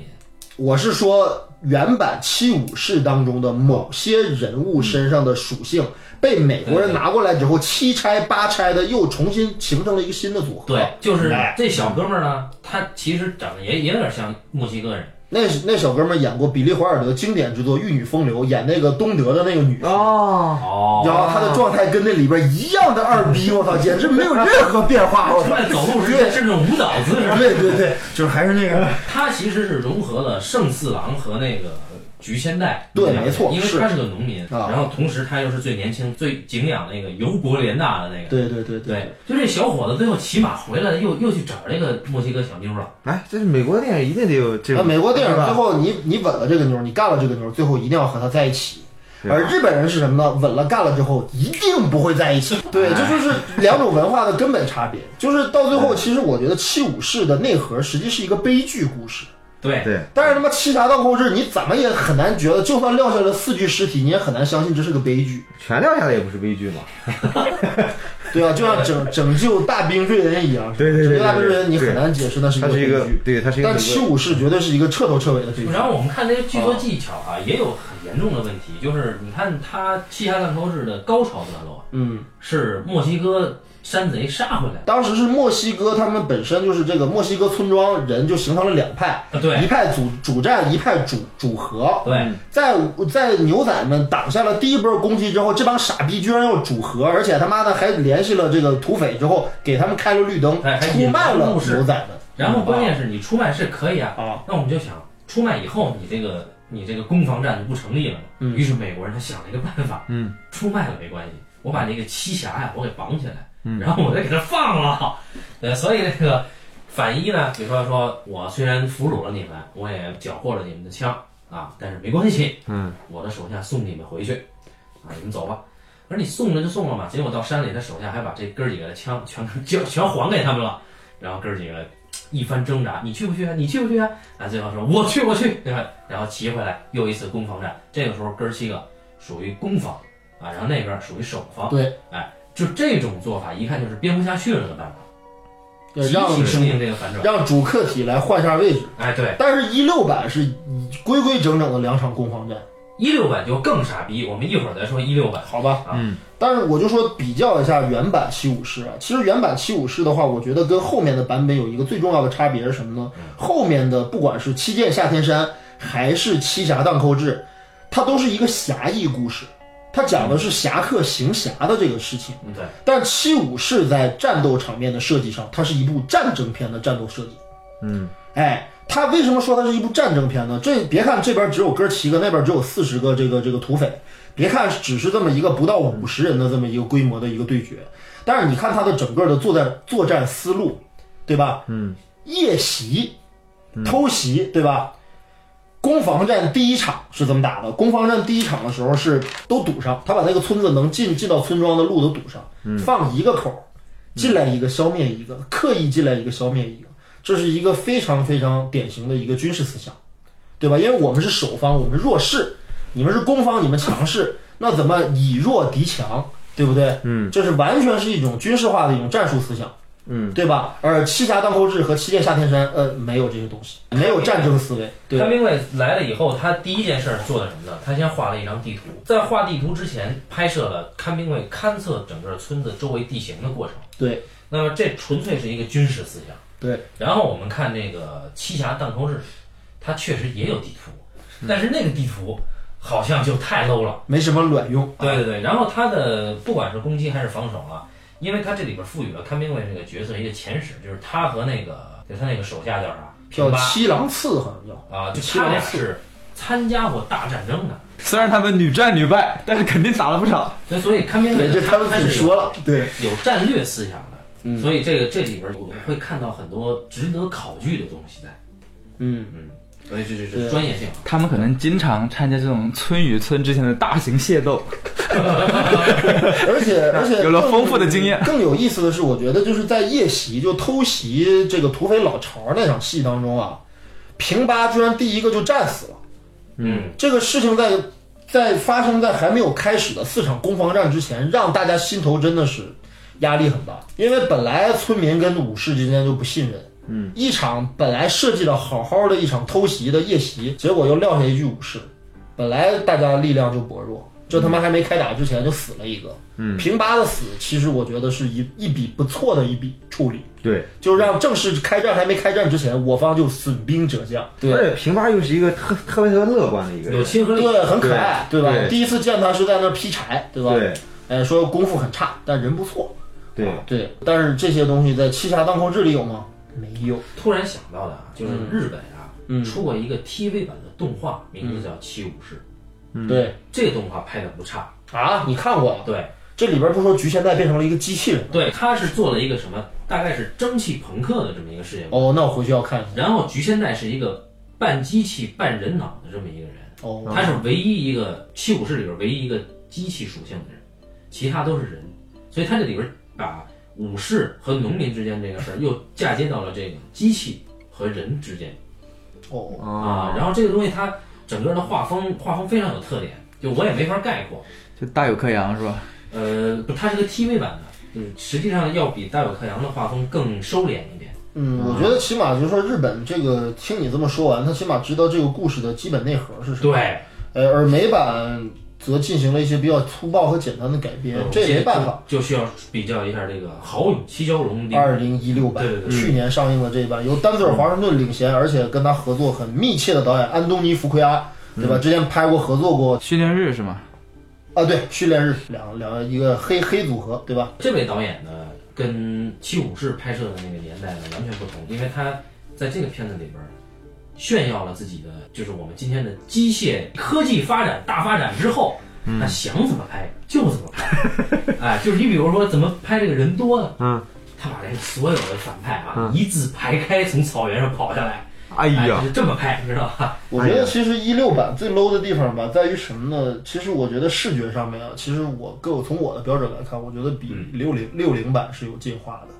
D: 我是说原版七武士当中的某些人物身上的属性。被美国人拿过来之后，七拆八拆的，又重新形成了一个新的组合。
A: 对，就是
D: 哎
A: 这小哥们儿呢，他其实长得也也有点像墨西哥人，
D: 那那小哥们儿演过比利·怀尔德经典之作《玉女风流》，演那个东德的那个女，
C: 哦，
A: 哦
D: 然后她的状态跟那里边一样的二逼，我操，简直没有任何变化，我
A: 出
D: 操！
A: 来走路时间甚至舞蹈姿势，
D: 对对对，就是还是那个
A: 他其实是融合了圣四郎和那个局限在
D: 对
A: 农民
D: 没错
A: 因为
D: 是
A: 他是个农民，
D: 啊
A: 然后同时他又是最年轻、最敬仰那个忧国怜大的那个。
D: 对对对
A: 对，就这小伙子最后骑马回来，又又去找这个墨西哥小妞了。
C: 哎，这是美国电影一定得有这
D: 那
C: 种，
D: 啊美国电影
C: 是吧
D: 最后你你吻了这个妞儿，你干了这个妞儿，最后一定要和她在一起。
C: 对
A: 啊
D: 而日本人是什么呢？吻了干了之后，一定不会在一起。对，这就是两种文化的根本差别。就是到最后，其实我觉得《七武士》的内核实际是一个悲剧故事。
A: 对，
C: 对，
D: 但是他妈七杀倒扣制，你怎么也很难觉得，就算撂下了四具尸体，你也很难相信这是个悲剧。
C: 全撂下来也不是悲剧嘛。
D: 对啊，就像拯拯救大冰瑞恩一样，
C: 对对对
D: 拯救大
C: 对
D: 冰
C: 对
D: 瑞恩，你很
C: 对
D: 难解释那是一
C: 它
D: 个
C: 是
D: 悲
C: 一个
D: 剧。，
C: 对，它是一个
D: 但
C: 美
D: 七
C: 国。
D: 武士绝对是一个彻头彻尾的悲剧。
A: 然后我们看这个剧作技巧啊，也有很严重的问题，就是你看他七侠断头制的高潮段落
D: 嗯，
A: 是墨西哥山贼杀回来的。
D: 当时是墨西哥，他们本身就是这个墨西哥村庄人就形成了两派，
A: 啊对
D: 一派主主战，一派主主和。
A: 对，
D: 在在牛仔们挡下了第一波攻击之后，这帮傻逼居然要主和，而且他妈的还联系了这个土匪之后，给他们开了绿灯，
A: 哎还
D: 出卖了
A: 引狼入室
D: 牛仔们。
A: 然后关键是你出卖是可以啊，
D: 啊
A: 那我们就想出卖以后你这个你这个攻防战就不成立了嘛。
D: 嗯
A: 于是美国人他想了一个办法，
C: 嗯，
A: 出卖了没关系，我把这个七侠呀、我给绑起来，
C: 嗯
A: 然后我再给他放了。呃，所以这个反一呢，比如说说我虽然俘虏了你们，我也缴获了你们的枪啊，但是没关系，
C: 嗯，
A: 我的手下送你们回去，啊，你们走吧。而你送了就送了嘛，结果到山里，他手下还把这哥儿几个的枪全全全还给他们了，然后哥儿几个一番挣扎，你去不去啊？你去不去啊？啊，最后说我去，我去，对吧？然后骑回来又一次攻防啊战，这个时候哥儿七个属于攻防啊，然后那边属于守防，
D: 对，
A: 哎，就这种做法一看就是编不下去了的办法，
D: 对
A: 集
D: 让
A: 体适应这个反转，
D: 让主客体来换下位置，
A: 哎，对，
D: 但是一六版是规规整整的两场攻防战，
A: 一六版就更傻逼，我们一会儿再说一六版，
D: 好吧？
C: 嗯，
D: 但是我就说比较一下原版七武士啊，其实原版七武士的话，我觉得跟后面的版本有一个最重要的差别是什么呢？后面的不管是七剑下天山还是七侠荡寇志，它都是一个侠义故事，它讲的是侠客行侠的这个事情。
A: 嗯，对，
D: 但七武士在战斗场面的设计上，它是一部战争片的战斗设计。
C: 嗯，
D: 哎，它为什么说它是一部战争片呢？这别看这边只有哥七个，那边只有四十个这个这个土匪，别看只是这么一个不到五十人的这么一个规模的一个对决，但是你看它的整个的作战作战思路，对吧？
C: 嗯，
D: 夜袭、偷袭，对吧？攻防战第一场是怎么打的？攻防战第一场的时候是都堵上，他把那个村子能进进到村庄的路都堵上，
C: 嗯
D: 放一个口儿，进来一个消灭一个，刻意进来一个消灭一个，这是一个非常非常典型的一个军事思想，对吧？因为我们是守方，我们弱势，你们是攻方，你们强势，那怎么以弱敌强，对不对？
C: 嗯，
D: 这是完全是一种军事化的一种战术思想，
C: 嗯，
D: 对吧？而七侠荡寇志和七剑下天山，呃，没有这些东西，没有战争思维，对
A: 他
D: 吧，
A: 明卫来了以后，他第一件事儿做的什么呢？他先画了一张地图，在画地图之前，拍摄了看兵卫勘测整个村子周围地形的过程。
D: 对，
A: 那么这纯粹是一个军事思想。
D: 对。
A: 然后我们看这个七侠弹头日，它确实也有地图，但是那个地图好像就太 low 了。
D: 没什么卵用，
A: 对对对，然后他的不管是攻击还是防守啊，因为他这里边赋予了看兵卫这个角色一个前史，就是他和那个就他那个手下叫啥
D: 叫
A: 平八
D: 七郎次好像叫，
A: 啊，就
D: 七
A: 他俩
D: 郎次
A: 是参加过大战争的。
B: 虽然他们屡战屡败，但是肯定打了不少。
A: 所以，所以看病
D: 对，
A: 人
D: 这他们
A: 他
D: 自己
A: 是
D: 说了，嗯对。
A: 有有战略思想的，所以这个这里边我们会看到很多值得考据的东西在，
D: 嗯，
A: 所以这这
D: 对
A: 是专业性啊。
B: 他们可能经常参加这种村与村之间的大型械斗。
D: 而且而且
B: 有了
D: 更
B: 丰富的经验
D: 更有意思的是，我觉得就是在夜袭就偷袭这个土匪老巢那场戏当中啊，平八居然第一个就战死了。
A: 嗯，
D: 这个事情在在发生在还没有开始的四场攻防战之前，让大家心头真的是压力很大，因为本来村民跟武士之间就不信任。嗯，一场本来设计的好好的一场偷袭的夜袭，结果又撂下一具武士，本来大家力量就薄弱，这他妈还没开打之前就死了一个。嗯，平八的死，其实我觉得是一一笔不错的一笔处理，
C: 对。
D: 就让正式开战还没开战之前，我方就损兵折将。对，
C: 而且平八又是一个特特别特别乐观的一个
A: 有
C: 人，
A: 亲和力，
D: 对，很可爱，
C: 对
D: 吧？
C: 对
D: 第一次见他是在那儿劈柴，对吧？
C: 对
D: 哎，说功夫很差，但人不错。
C: 对，
D: 对，但是这些东西在《七侠荡寇志》里有吗？没有。
A: 突然想到的啊，就是日本啊，
D: 嗯
A: 出过一个 TV 版的动画，名字叫《七武士》，
C: 嗯
D: 对
A: 这个动画拍的不差。
D: 啊，你看过呀？
A: 对
D: 这里边不说局现代变成了一个机器人
A: 对，他是做了一个什么，大概是蒸汽朋克的这么一个世界观。
D: 哦，那我回去要看一下。
A: 然后菊现代是一个半机器半人脑的这么一个人，
D: 哦，
C: 嗯
A: 他是唯一一个七武士里边唯一一个机器属性的人，其他都是人，所以他这里边把武士和农民之间这个事儿又嫁接到了这个机器和人之间
D: 哦，
C: 嗯
A: 啊。然后这个东西它整个的画风画风非常有特点，就我也没法概括。
B: 就大有克洋是吧？
A: 呃，它是个 TV 版的，嗯，实际上要比大有克洋的画风更收敛一点。
D: 嗯，我觉得起码就是说日本这个，听你这么说完，他起码知道这个故事的基本内核是什么。
A: 对，
D: 呃，而美版则进行了一些比较粗暴和简单的改编，
A: 嗯
D: 这也没办法。
A: 就，就需要比较一下这个豪勇七蛟龙的
D: 二零一六版
A: 对对，对嗯
D: 去年上映的这一版，由丹泽尔·华盛顿领衔，而且跟他合作很密切的导演安东尼·福奎阿，
A: 嗯
D: 对吧？之前拍过合作过
B: 训练日是吗？
D: 啊，对，《训练日》两两一个黑黑组合，对吧？
A: 这位导演呢，跟《七武士》拍摄的那个年代呢完全不同，因为他在这个片子里边儿炫耀了自己的，就是我们今天的机械科技发展大发展之后，
D: 嗯
A: 他想怎么拍就怎么拍，哎，就是你比如说怎么拍这个人多呢？
C: 嗯，
A: 他把这个所有的反派啊、
D: 嗯
A: 一字排开从草原上跑下来，
C: 哎
A: 哎，
C: 呀
A: 就，是这么拍，你知道吧？
D: 我觉得其实一六版最 low 的地方吧，在于什么呢？其实我觉得视觉上面啊，其实我个从我的标准来看，我觉得比
A: 嗯
D: 六零六零版是有进化的，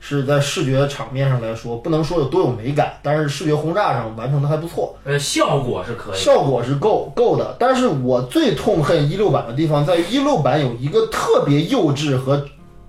D: 是在视觉场面上来说，不能说有多有美感，但是视觉轰炸上完成的还不错，
A: 呃，效果是可以的，
D: 效果是够够的。但是我最痛恨一六版的地方在于一六版有一个特别幼稚和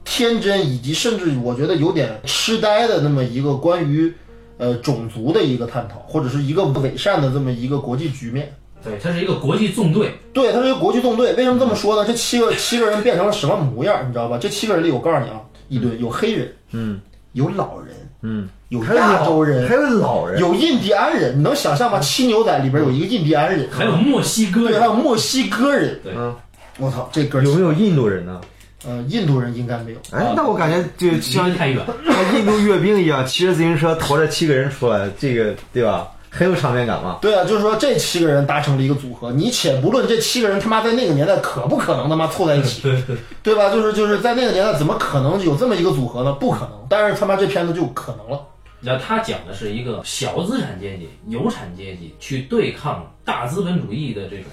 D: 天真，以及甚至我觉得有点痴呆的那么一个关于呃种族的一个探讨，或者是一个伪善的这么一个国际局面。
A: 对，它是一个国际纵队，
D: 对，它是一个国际纵队。为什么这么说呢？这七个七个人变成了什么模样，你知道吧？这七个人里，我告诉你啊，一堆有黑人，
C: 嗯，
D: 有老人，
C: 嗯，
D: 有
C: 还有
D: 亚洲人
C: 还，有老人，
D: 有印第安人。你能想象吗？《七牛仔》里边有一个印第安人，
A: 还有墨西哥
D: 对，
A: 人，
D: 还有墨西哥人。
A: 对
C: 嗯
D: 我操，这歌
C: 有没有？印度人呢？
D: 呃，印度人应该没有。
C: 哎，那我感觉就像
A: 离太远。
C: 像印度阅兵一样，骑着自行车驮着七个人出来，这个对吧？很有场面感嘛。
D: 对啊，就是说这七个人达成了一个组合。你且不论这七个人他妈在那个年代可不可能他妈凑在一起，
A: 对对
D: 对吧？就是就是在那个年代怎么可能有这么一个组合呢？不可能。但是他妈这片子就可能了。
A: 那他讲的是一个小资产阶级、有产阶级去对抗大资本主义的这种，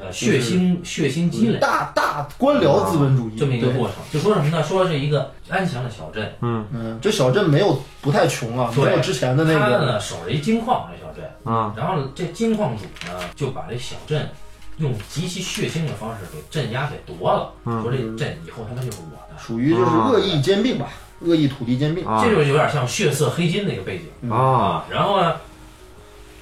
A: 呃，血腥血腥积累
D: 大大官僚资本主义
A: 这么一个
D: 对
A: 过程。就说什么呢？说是一个安详的小镇，
D: 嗯，这小镇没有不太穷啊，没
A: 对
D: 有之前的那
A: 他
D: 个
A: 呢守着一金矿，这小镇
C: 啊，
A: 然后这金矿主呢就把这小镇用极其血腥的方式给镇压给夺了，
D: 嗯
A: 说这镇以后他妈就是我的，
D: 属于就是恶意兼并吧，
A: 嗯
D: 恶意土地兼并。
C: 啊
A: 这就有点像血色黑金那个背景。
C: 啊，
A: 然后呢，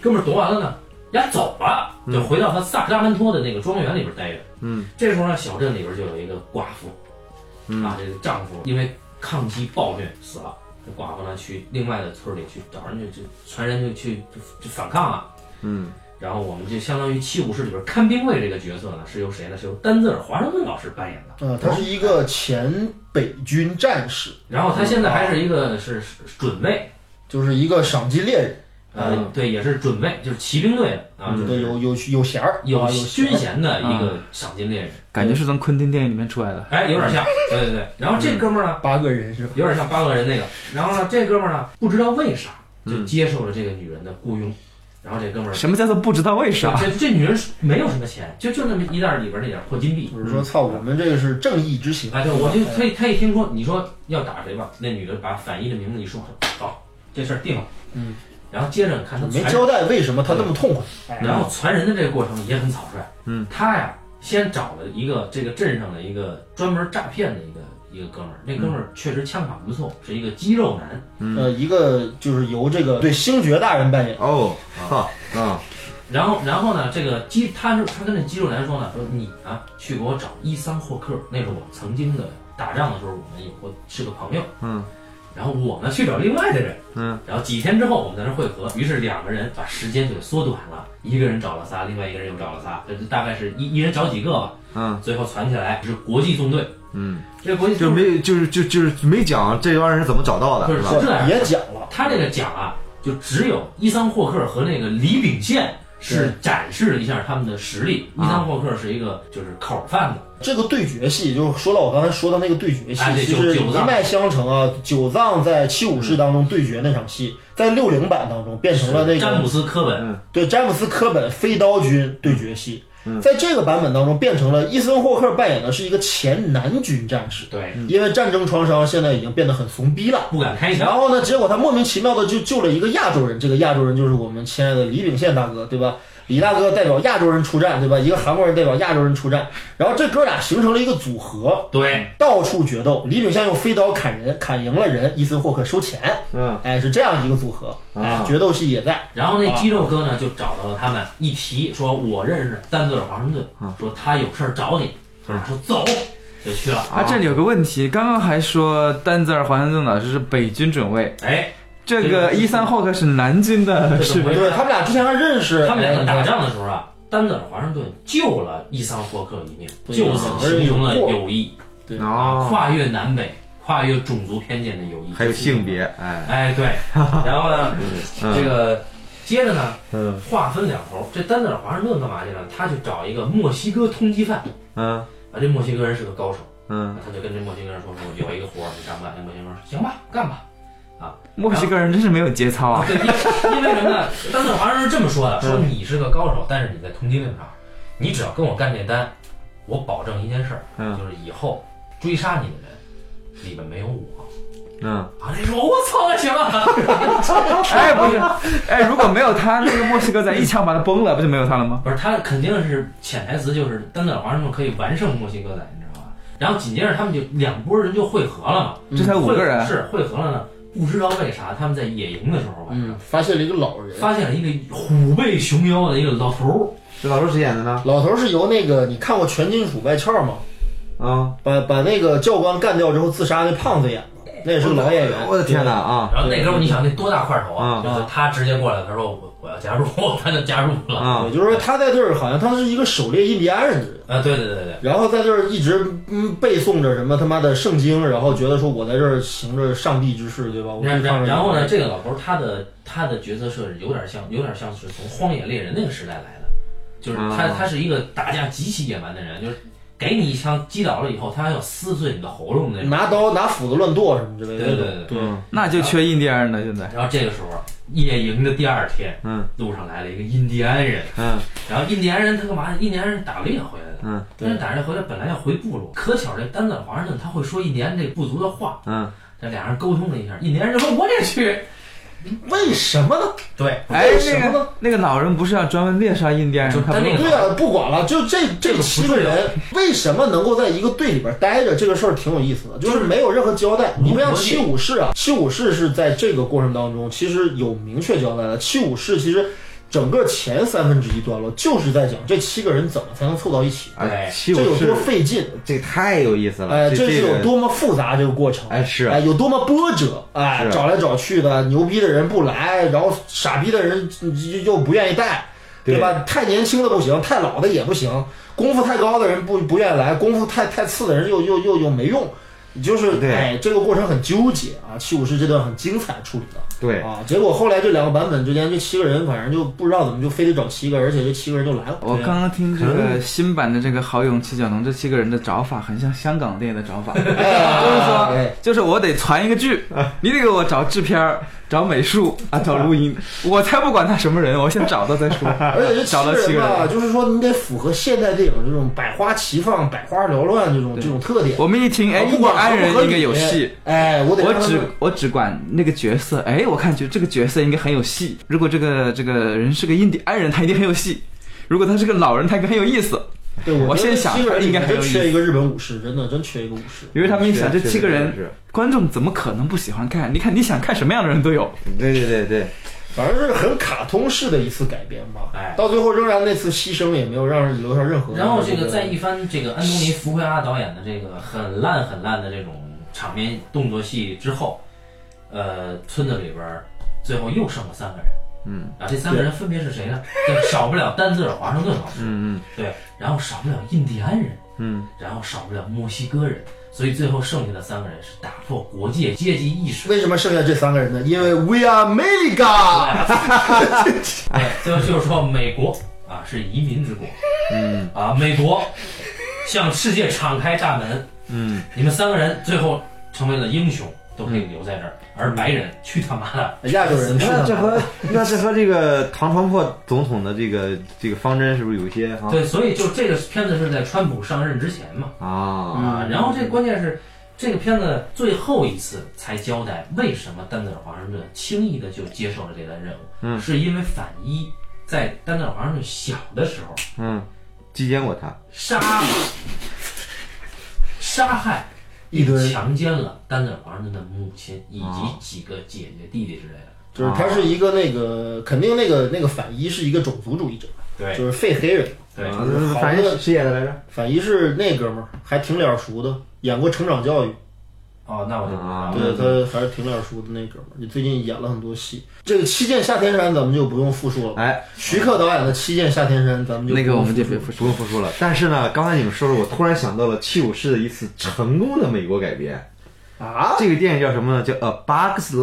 A: 哥们儿夺完了呢，丫走了，就回到他萨克拉门托的那个庄园里边待着。
C: 嗯，
A: 这时候呢，小镇里边就有一个寡妇，啊，这个丈夫因为抗击暴虐死了，这寡妇呢去另外的村里去找人去，就传人就去就就反抗了。
C: 嗯，
A: 然后我们就相当于七武士里边看兵卫这个角色呢，是由谁呢？是由丹泽尔·华盛顿老师扮演的。
D: 嗯，他是一个前北军战士，
A: 然后他现在还是一个是是准尉，
D: 就是一个赏金猎人，
A: 呃，
C: 嗯
A: 对，也是准尉，就是骑兵队的啊，就是
D: 对，有有有衔儿，
A: 有
D: 啊有
A: 军
D: 衔儿。啊
A: 衔的一个赏金猎人，
B: 感觉是从昆汀电影里面出来的。
A: 哎，有 点像，对对对。然后
D: 嗯
A: 这哥们儿呢，
D: 八个人是吧？
A: 有点像八恶人那个。然后呢，这哥们儿呢，不知道为啥
D: 嗯
A: 就接受了这个女人的雇佣。然后这哥们儿，
B: 什么叫做不知道为啥？
A: 这这女人没有什么钱，就就那么一袋里边那点破金币。
D: 就是说，操，我们这个是正义之行。
A: 哎，对，我就他一他一听说你说要打谁吧，那女的把反义的名字一说，好，这事儿定了。
D: 嗯。
A: 然后接着看他
D: 没
A: 传
D: 交代为什么他那么痛快。
A: 然后传人的这个过程也很草率。嗯，他呀，先找了一个这个镇上的一个专门诈骗的一个一个哥们儿，那哥们
C: 嗯
A: 儿确实枪法不错，是一个肌肉男。
D: 呃，一个就是由这个对星爵大人扮演，
C: 哦，哈，啊，
A: 然后，然后呢，这个肌他是他跟这肌肉男说呢，说你啊，去给我找伊桑霍克，那是我曾经的打仗的时候我们有过是个朋友。
C: 嗯。
A: 然后我呢去找另外的人，
C: 嗯，
A: 然后几天之后我们在那儿会合，于是两个人把时间就给缩短了，一个人找了仨，另外一个人又找了仨，这呃大概是一一人找几个吧，
C: 嗯
A: 最后攒起来是国际纵队。
C: 嗯，
A: 这个国际
C: 就
A: 纵队
C: 没就是就就是没讲这帮人是怎么找到的，
A: 不
C: 是
A: 是
C: 吧？
A: 是这样，
D: 也讲了，
A: 他这个奖啊，就只有伊桑霍克和那个李秉宪是展示了一下他们的实力。伊桑霍克是一个就是口贩子，
D: 这个对决戏，就是说到我刚才说的那个对决戏
A: 哎，对
D: 其
A: 九
D: 实
A: 九
D: 一
A: 藏
D: 脉相承啊。九藏在七武士当中对决那场戏，在六零版当中变成了那个嗯
A: 詹姆斯科本，
D: 对詹姆斯科本飞刀军对决戏，
A: 嗯
D: 在这个版本当中变成了伊森霍克扮演的是一个前南军战士，
A: 对，
D: 因为战争创伤现在已经变得很怂逼了。
A: 不敢开
D: 然
A: 枪，
D: 后呢，结果他莫名其妙的就救了一个亚洲人，这个亚洲人就是我们亲爱的李秉宪大哥，对吧？李大哥代表亚洲人出战，对吧？一个韩国人代表亚洲人出战，然后这哥俩形成了一个组合，
A: 对，
D: 到处决斗。李秉宪用飞刀砍人，砍赢了人，伊森霍克收钱，
C: 嗯，
D: 哎，是这样一个组合，哎
C: 啊，
D: 决斗戏也在。
A: 然后那肌肉哥呢就找到了他们，一提说我认识丹泽尔华盛顿，说他有事儿找你，他说走就去了，
B: 啊，这里有个问题，刚刚还说丹泽尔华盛顿老师是北军准尉，
A: 哎，
B: 这个伊三霍克是南军 的
A: 这怎
B: 士
A: 么回
B: 兵。
A: 事
D: 对
A: 啊？
D: 他们俩之前还认识，
A: 他们两个
D: 哎
A: 打仗的时候啊，丹泽尔华盛顿救了伊桑霍克一命，
C: 啊
D: 对
A: 就此形成了友谊，
C: 哦
A: 跨越南北，跨越种族偏见的友谊，
C: 还有性别，。嗯哎，
A: 哎， 对，然后呢，这个接着呢，
C: 嗯
A: 划分两头。这丹泽尔华盛顿干嘛去了？他去找一个墨西哥通缉犯，
C: 嗯
A: 啊，这墨西哥人是个高手，
C: 嗯，
A: 他就跟这墨西哥人说说有一个活儿你干不干？这墨西哥人说行吧，干吧。
B: 墨西哥人真是没有节操 啊！嗯
A: 对，因因为什么呢？ 丹泽尔华盛顿是这么说的：说你是个高手，但是你在通缉令上，你只要跟我干这单，我保证一件事儿，
C: 嗯
A: 就是以后追杀你的人里面没有我。
C: 嗯，
A: 啊，那说我操，那行啊，
B: 哎，不是，哎，如果没有他，那个墨西哥咱一枪把他崩了，不就没有他了 吗？
A: 不是他肯定是潜台词就是丹泽尔华盛顿可以完胜墨西哥仔，你知道吧？然后紧接着他们就两拨人就汇合了嘛，
B: 嗯这才五个
A: 汇
B: 人，
A: 是汇合了呢。不知道为啥他们在野营的时候吧，
D: 嗯，发现了一个老人。
A: 发现了一个虎背熊腰的一个老头儿，
C: 这老头谁演的呢？
D: 老头是由那个你看过《全金属外壳》吗？
C: 啊，
D: 把把那个教官干掉之后自杀那胖子演的，那也是个老演员。
C: 我的天哪啊
A: 然后那时候你想那多大块头啊！
C: 嗯
A: 就是他直接过来，他说我我要加入， 他就加入了。
C: 啊
D: 也！就是说他在这儿好像他是一个狩猎印第安人的人，
A: 啊，对对对对
D: 然后在这儿一直嗯背诵着什么他妈的圣经，然后觉得说我在这儿行着上帝之事，对吧？我
A: 对。然
D: 对抗
A: 然
D: 着
A: 然后呢，
D: 你
A: 这个老头儿他的他的角色设置有点像，有点像是从《荒野猎人》那个时代来的，就是他
D: 啊
C: 嗯
A: 他是一个打架极其野蛮的人，就是给你一枪击倒了以后，他还要撕碎你的喉咙那种。
D: 拿刀拿斧子乱剁什么之类的
A: 对
D: 那
A: 对
D: 种。
A: 对对
B: 那就缺印第安人了。现在
A: 然后这个时候，夜营的第二天，
C: 嗯，
A: 路上来了一个印第安人，
C: 嗯，
A: 然后印第安人他干嘛？印第安人打猎回来的，
C: 嗯，
A: 但是打猎回来本来要回部落，可巧这丹泽尔华盛顿他会说印第安这部族的话，
C: 嗯，
A: 这俩人沟通了一下，印第安人说：“我也去。
D: 为什么呢？”
A: 对，
B: 哎，
D: 什么
B: 那
D: 呢
B: 个那个老人不是要专门猎杀印第安
A: 就
B: 人？他
A: 他
B: 不
A: 那
B: 是
A: 个
D: 对啊，不管了，就这
A: 这个
D: 这
A: 不
D: 七个
A: 重要
D: 人为什么能够在一个队里边待着，这个事儿挺有意思的，就是没有任何交代。你不像七武士啊，七武士是在这个过程当中其实有明确交代的。七武士其实整个前三分之一段落就是在讲这七个人怎么才能凑到一起，
C: 哎，
D: 这
C: 七
D: 有
C: 武士
D: 多费劲，
C: 这太有意思了，
D: 哎，
C: 这
D: 这是有
C: 个
D: 多么复杂这个过程，
C: 哎是
D: 哎，有多么波折，哎，
C: 是啊
D: 找来找去的，牛逼的人不来，然后傻逼的人又又不愿意带，
C: 对
D: 对吧？太年轻的不行，太老的也不行，功夫太高的人不不愿意来，功夫太太次的人又又又又没用，就是
C: 对
D: 哎，这个过程很纠结啊。七武士这段很精彩处理的
C: 对，
D: 啊，结果后来这两个版本之间，这七个人反正就不知道怎么就非得找七个，而且这七个人就来 了。
B: 我刚刚听这个新版的这个好勇七九龙这七个人的找法，很像香港电影的找法，就是说，
D: 哎
B: 就是我得传一个剧，
D: 啊
B: 你得给我找制片儿、找美术啊、找录音，我才不管他什么人，我先找到再 说。
D: 而且这
B: 找到
D: 七
B: 七个
D: 个人吧，
B: 人，
D: 就是说你得符合现代电影这种百花齐放、百花缭乱这种这种特点。
B: 我们一听，哎，
D: 啊不
B: 印第
D: 管
B: 安人
D: 合不合
B: 应该
D: 理
B: 有戏。，
D: 哎，我得
B: 我
D: 让他
B: 只
D: 们
B: 我只管那个角色，哎，我看觉得这个角色应该很有戏。如果这个这个人是个印第安人，他一定很有戏；如果他是个老人，他应该很有意思。
D: 对我
B: 我
D: 觉得
B: 先想
D: 七个人里
B: 应该
D: 面
B: 很
D: 真
B: 有意
D: 缺
B: 思
D: 一个日本武士，真的真缺一个武士。
B: 因为他们一
D: 啊
B: 想，这
C: 是啊
B: 七个人，
C: 是
B: 观众怎么可能不喜欢看？你看你想看什么样的人都有。
C: 是对对对对，
D: 反正是很卡通式的一次改编吧。
A: 哎
D: 到最后仍然那次牺牲也没有让人留下任何。
A: 然后这
C: 嗯
A: 个在一番这个安东尼·福奎阿导演的这个很烂很烂的这种场面动作戏之后，呃，村子里边儿最后又剩了三个人。嗯，啊，这三个人分别是谁呢？对，少不了丹泽尔·华盛顿老师，
C: 嗯
A: 对，然后少不了印第安人，
C: 嗯，
A: 然后少不了墨西哥人，所以最后剩下的三个人是打破国界阶级意识。
D: 为什么剩下这三个人呢？因为 We are America。
A: 啊对，最后就是说美国啊是移民之国，嗯啊，美国向世界敞开大门，嗯，你们三个人最后成为了英雄，都可以留在这儿，而白人去他妈的，
D: 亚洲人去
C: 那
D: 哪
C: 这和那这和这个唐川破总统的这个这个方针是不是有一些哈
A: 对，所以就这个片子是在川普上任之前嘛，
C: 啊？
A: 啊，然后这关键是。这个片子最后一次才交代为什么丹泽尔华盛顿轻易的就接受了这单任务，嗯，是因为反一在丹泽尔华盛顿小的时候
C: 嗯，击奸过他，
A: 杀杀害
D: 一堆，
A: 强奸了丹泽尔华盛顿的母亲以
C: 哦
A: 及几个姐姐弟弟之类的。
D: 就是他是一个那个，肯定那个那个反一是一个种族主义者，
A: 对
D: 就是废黑人。
A: 对
C: 啊反正谁演的来着？
D: 反一是那哥们儿还挺脸熟的，演过《成长教育》，
A: 哦，那我就不知道
C: 啊
A: 了。
D: 对他还是挺脸熟的那哥们儿。你最近演了很多戏，这个《七剑下天山》咱们就不用复述了。
C: 哎，
D: 徐克导演的《七剑下天山》，咱们就
B: 那个我们就
D: 不
B: 别
D: 用复述
B: 复
C: 不
B: 述
C: 用。复述了。但是呢，刚才你们说了，我突然想到了七武士的一次成功的美国改编。
D: 啊，
C: 这个电影叫什么呢？叫《A Bug's Life》，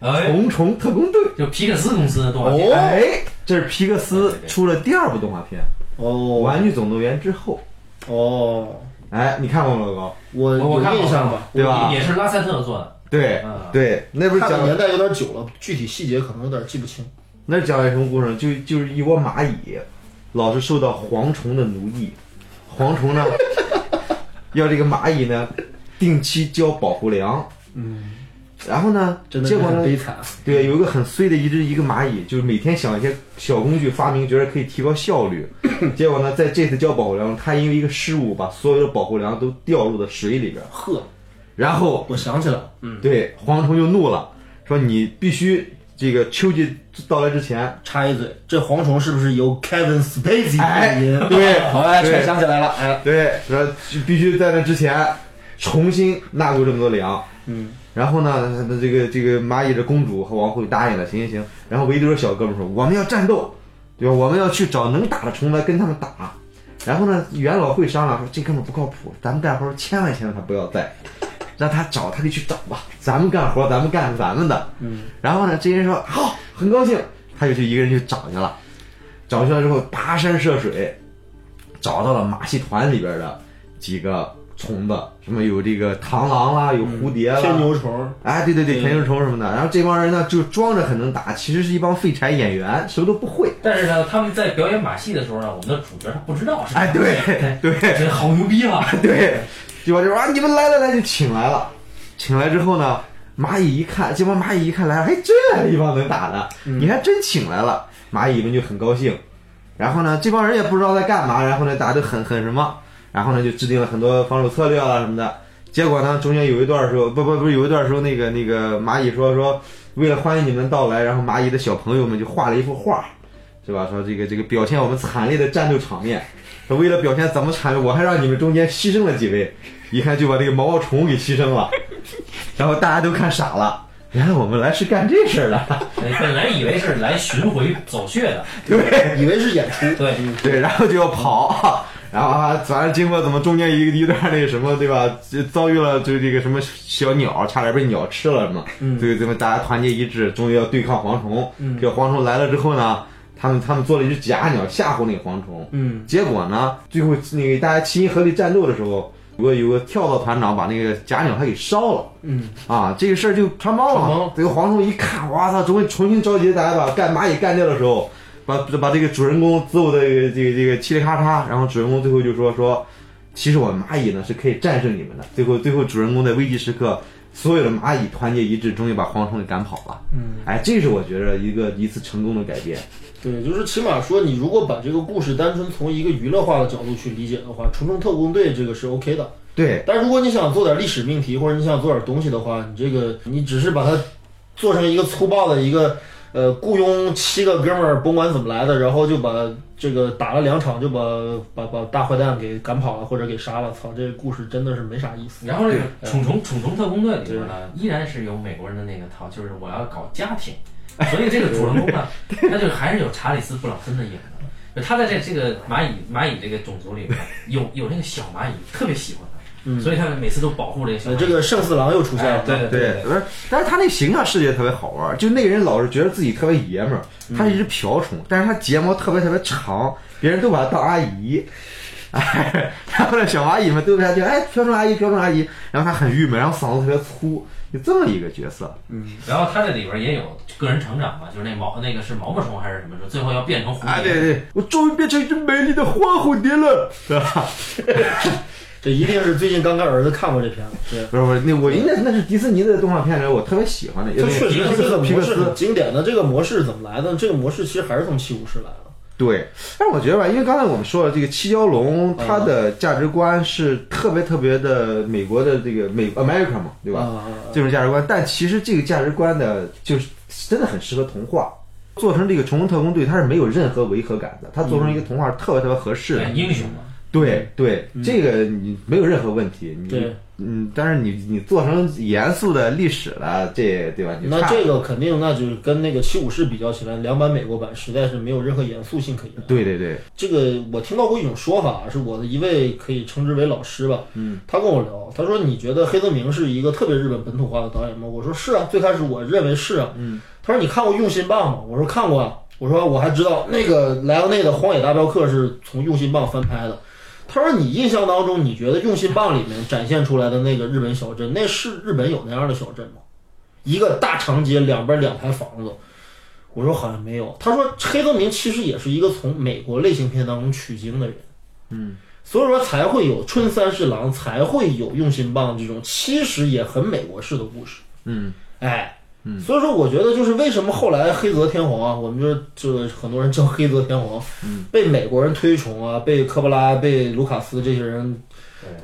A: 哎，
C: 虫虫特工队。
A: 就皮克斯公司的动画片，
D: 哦
C: 哎，这是皮克斯出了第二部动画片《
D: 哦
C: 玩具总动员》之后。
D: 哦，
C: 哎，你看过吗，老高？
D: 我
A: 我
D: 有
A: 看过
D: 印象吧？
C: 对吧
A: 也是拉塞特做的。
C: 对
A: 嗯
C: 对，那不是
D: 看的
C: 讲
D: 年代有点久了，具体细节可能有点记不清。
C: 那讲的什么故事呢？就就是一窝蚂蚁，老是受到蝗虫的奴役，蝗虫 呢，要这个蚂蚁呢，定期交保护粮。
D: 嗯，
C: 然后呢，
D: 真的
C: 结
D: 是
C: 果
D: 很
C: 呢，
D: 悲惨。
C: 对，有一个很衰的一只一个蚂蚁，就是每天想一些小工具发明，觉得可以提高效 率。结果呢，在这次交保护粮，它因为一个失误，把所有的保护粮都掉入了水里边儿。
D: 呵，
C: 然后
D: 我想起来了，嗯，
C: 对，蝗虫就怒了，说你必须这个秋季到来之前，
D: 插一嘴，这蝗虫是不是由 Kevin Spacey
C: 哎
D: 配音？，
C: 对，
B: 哎，全
C: 对，
B: 想起来了，哎，
C: 对，说必须在那之前重新纳入这么多粮。
D: 嗯，
C: 然后呢，那这个这个蚂蚁的公主和王后就答应了，行行行。然后维多小哥们说，我们要战斗，对吧？我们要去找能打的虫来跟他们打。然后呢，元老会商量说，这哥们儿不靠谱，咱们干活千万千万他不要在，让他找他就去找吧，咱们干活咱们干咱们的。嗯。然后呢，这些人说好，很高兴，他就去一个人去找去了，找去了之后跋山涉水，找到了马戏团里边的几个虫子，什么有这个螳螂啦，有蝴蝶啦，
D: 嗯天牛虫，
C: 哎，对对对，
D: 嗯
C: 田径虫什么的。然后这帮人呢，就装着很能打，其实是一帮废柴演员，什么都不会。
A: 但是呢，他们在表演马戏的时候呢，我们的主角他不知道是
C: 哎，对 对
A: 这好牛逼啊！
C: 对，就把这帮啊，你们来来来就请来了。请来之后呢，蚂蚁一看，这帮蚂蚁一看来，哎，这来一帮能打的，你还真请来了。蚂蚁们就很高兴。然后呢，这帮人也不知道在干嘛，然后呢，大家都很很什么，然后呢，就制定了很多防守策略啊什么的。结果呢，中间有一段时候，不不不是有一段时候，那个那个蚂蚁说说，为了欢迎你们的到来，然后蚂蚁的小朋友们就画了一幅画，是吧？说这个这个表现我们惨烈的战斗场面，说为了表现怎么惨烈，我还让你们中间牺牲了几位，一看就把这个毛毛虫给牺牲了，然后大家都看傻了，原来我们来是干这事儿的，
A: 本来以为是来巡回走穴的，
C: 对。
D: 以为是演出，
A: 对，
C: 对，然后就要跑， 然后啊，反正经过怎么中间一一段那个什么，对吧？就遭遇了就这个什么小鸟，差点被鸟吃了什么，所以咱们大家团结一致，终于要对抗蝗虫。这个蝗虫来了之后呢，他们他们做了一只假鸟吓唬那个蝗虫，
D: 嗯，
C: 结果呢，最后那个大家齐心合力战斗的时候，有个有个跳蚤团长把那个假鸟还给烧了。
D: 嗯，
C: 啊，这个事儿就传猫
D: 传
C: 了
D: 猫。
C: 这个蝗虫一看，哇操，终于重新召集大家把干蚂蚁干掉的时候，把把这个主人公揍的这个这个这个嘁哩咔嚓。然后主人公最后就说说，其实我们蚂蚁呢是可以战胜你们的。最后最后主人公在危机时刻，所有的蚂蚁团结一致，终于把蝗虫给赶跑了。
D: 嗯，
C: 哎，这是我觉得一个一次成功的改变。
D: 对，就是起码说，你如果把这个故事单纯从一个娱乐化的角度去理解的话，《虫虫特工队》这个是 OK 的。
C: 对，
D: 但如果你想做点历史命题，或者你想做点东西的话，你这个你只是把它做成一个粗暴的一个呃雇佣七个哥们儿，甭管怎么来的，然后就把这个打了两场就把把把大坏蛋给赶跑了或者给杀了，操，这故事真的是没啥意思。
A: 然后这个
D: 呃
A: 《虫虫虫虫特工队》里边呢，依然是有美国人的那个套，就是 我要搞家庭，所以这个主人公呢，他就还是有查理斯·布朗森的影子。他在这这个蚂蚁蚂蚁这个种族里面有有那个小蚂蚁特别喜欢他，所以他每次都保护这个小蚂
D: 嗯呃，
A: 蚁。
D: 这个圣四郎又出现
A: 哎
D: 了，啊
A: 对对
C: 对，不是，但是他那形象视觉特别好玩儿，就那个人老是觉得自己特别爷们儿，他是一只瓢虫，但是他睫毛特别特别长，别人都把他当阿姨。 哎，然后呢，小蚂蚁们对不下去，哎，瓢虫阿姨，瓢虫阿姨，然后他很郁闷，然后嗓子特别粗，就这么一个角色。
A: 然后他这里边也有个人成长嘛，就是那毛那个是毛毛虫还是什么虫，最后要变成蝴蝶。
D: 啊
C: 哎，对对，我终于变成一只美丽的花蝴蝶了，对吧？
D: 这一定是最近刚跟儿子看过这片子，对。
C: 不是不是，那我应该那是迪士尼的动画片里，我特别喜欢的，因
D: 这
C: 为
D: 确实是这个
C: 皮
D: 模
C: 克
D: 式
C: 斯
D: 很经典的，这个模式怎么来的？这个模式其实还是从七武士来的。
C: 对，但是我觉得吧，因为刚才我们说了，这个七蛟
D: 嗯
C: 龙它的价值观是特别特别的美国的这个美呃 America 嘛，对吧？
D: 啊
C: 这种价值观，但其实这个价值观的，就是真的很适合童话。做成这个《虫龙特工队》，它是没有任何违和感的，它做成一个童话是特别特别合适的。
A: 哎
D: 嗯
A: 英雄嘛，
C: 对对，这个你没有任何问题。你
D: 对
C: 嗯，但是你你做成严肃的历史了，这对吧？你
D: 那
C: 差
D: 这个肯定，那就是跟那个七武士比较起来，两版美国版实在是没有任何严肃性可言。
C: 对对对，
D: 这个我听到过一种说法，是我的一位可以称之为老师吧，嗯，他跟我聊，他说你觉得黑泽明是一个特别日本本土化的导演吗？我说是啊，最开始我认为是啊，嗯，他说你看过《用心棒》吗？我说看过啊，我说我还知道那个莱昂内的《荒野大镖客》是从《用心棒》翻拍的。他说：“你印象当中，你觉得《用心棒》里面展现出来的那个日本小镇，那是日本有那样的小镇吗？一个大长街，两边两排房子，我说好像没有。他说黑泽明其实也是一个从美国类型片当中取经的人，嗯，所以说才会有春三侍郎，才会有用心棒这种其实也很美国式的故事，
C: 嗯，
D: 哎。所以说，我觉得就是为什么后来黑泽天皇啊，我们就是就是很多人叫黑泽天皇，被美国人推崇啊，被科波拉、被卢卡斯这些人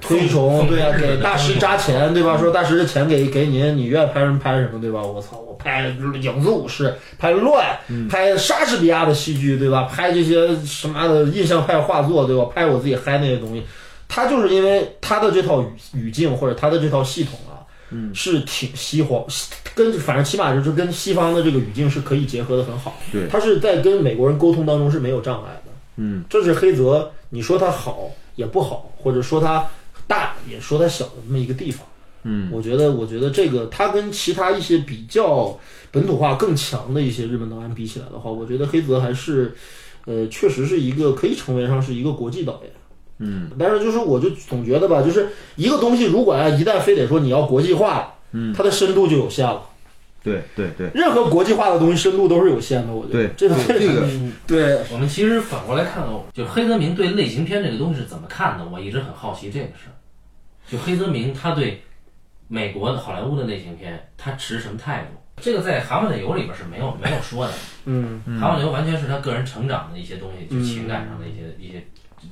D: 推崇，对啊，给大师扎钱，对吧？说大师这钱给给您，你愿意拍什么拍什么，对吧？我操，我拍影子武士，拍乱，拍莎士比亚的戏剧，对吧？拍这些什么的印象派画作，对吧？拍我自己嗨那些东西，他就是因为他的这套语语境或者他的这套系统啊。嗯，是挺西方，跟反正起码就是跟西方的这个语境是可以结合的很好。
C: 对
D: 他是在跟美国人沟通当中是没有障碍的。
C: 嗯，
D: 这是黑泽，你说他好也不好，或者说他大也说他小的那么一个地方。
C: 嗯，
D: 我觉得，我觉得这个他跟其他一些比较本土化更强的一些日本导演比起来的话，我觉得黑泽还是，呃，确实是一个可以称为上是一个国际导演。嗯，但是就是我就总觉得吧，就是一个东西如果要啊一旦非得说你要国际化，嗯，它的深度就有限了。
C: 对对对
D: 任何国际化的东西深度都是有限的，我觉得。
C: 对
D: 这个
C: 这个
D: 对，
A: 我们其实反过来看看，哦就是黑泽明对类型片这个东西是怎么看的，我一直很好奇这个事儿。就黑泽明他对美国的好莱坞的类型片，他持什么态度？这个在《蛤蟆的油》里边是没有没有说的，
D: 嗯。
A: 《蛤蟆的油》完全是他个人成长的一些东西，就情感上的一些一些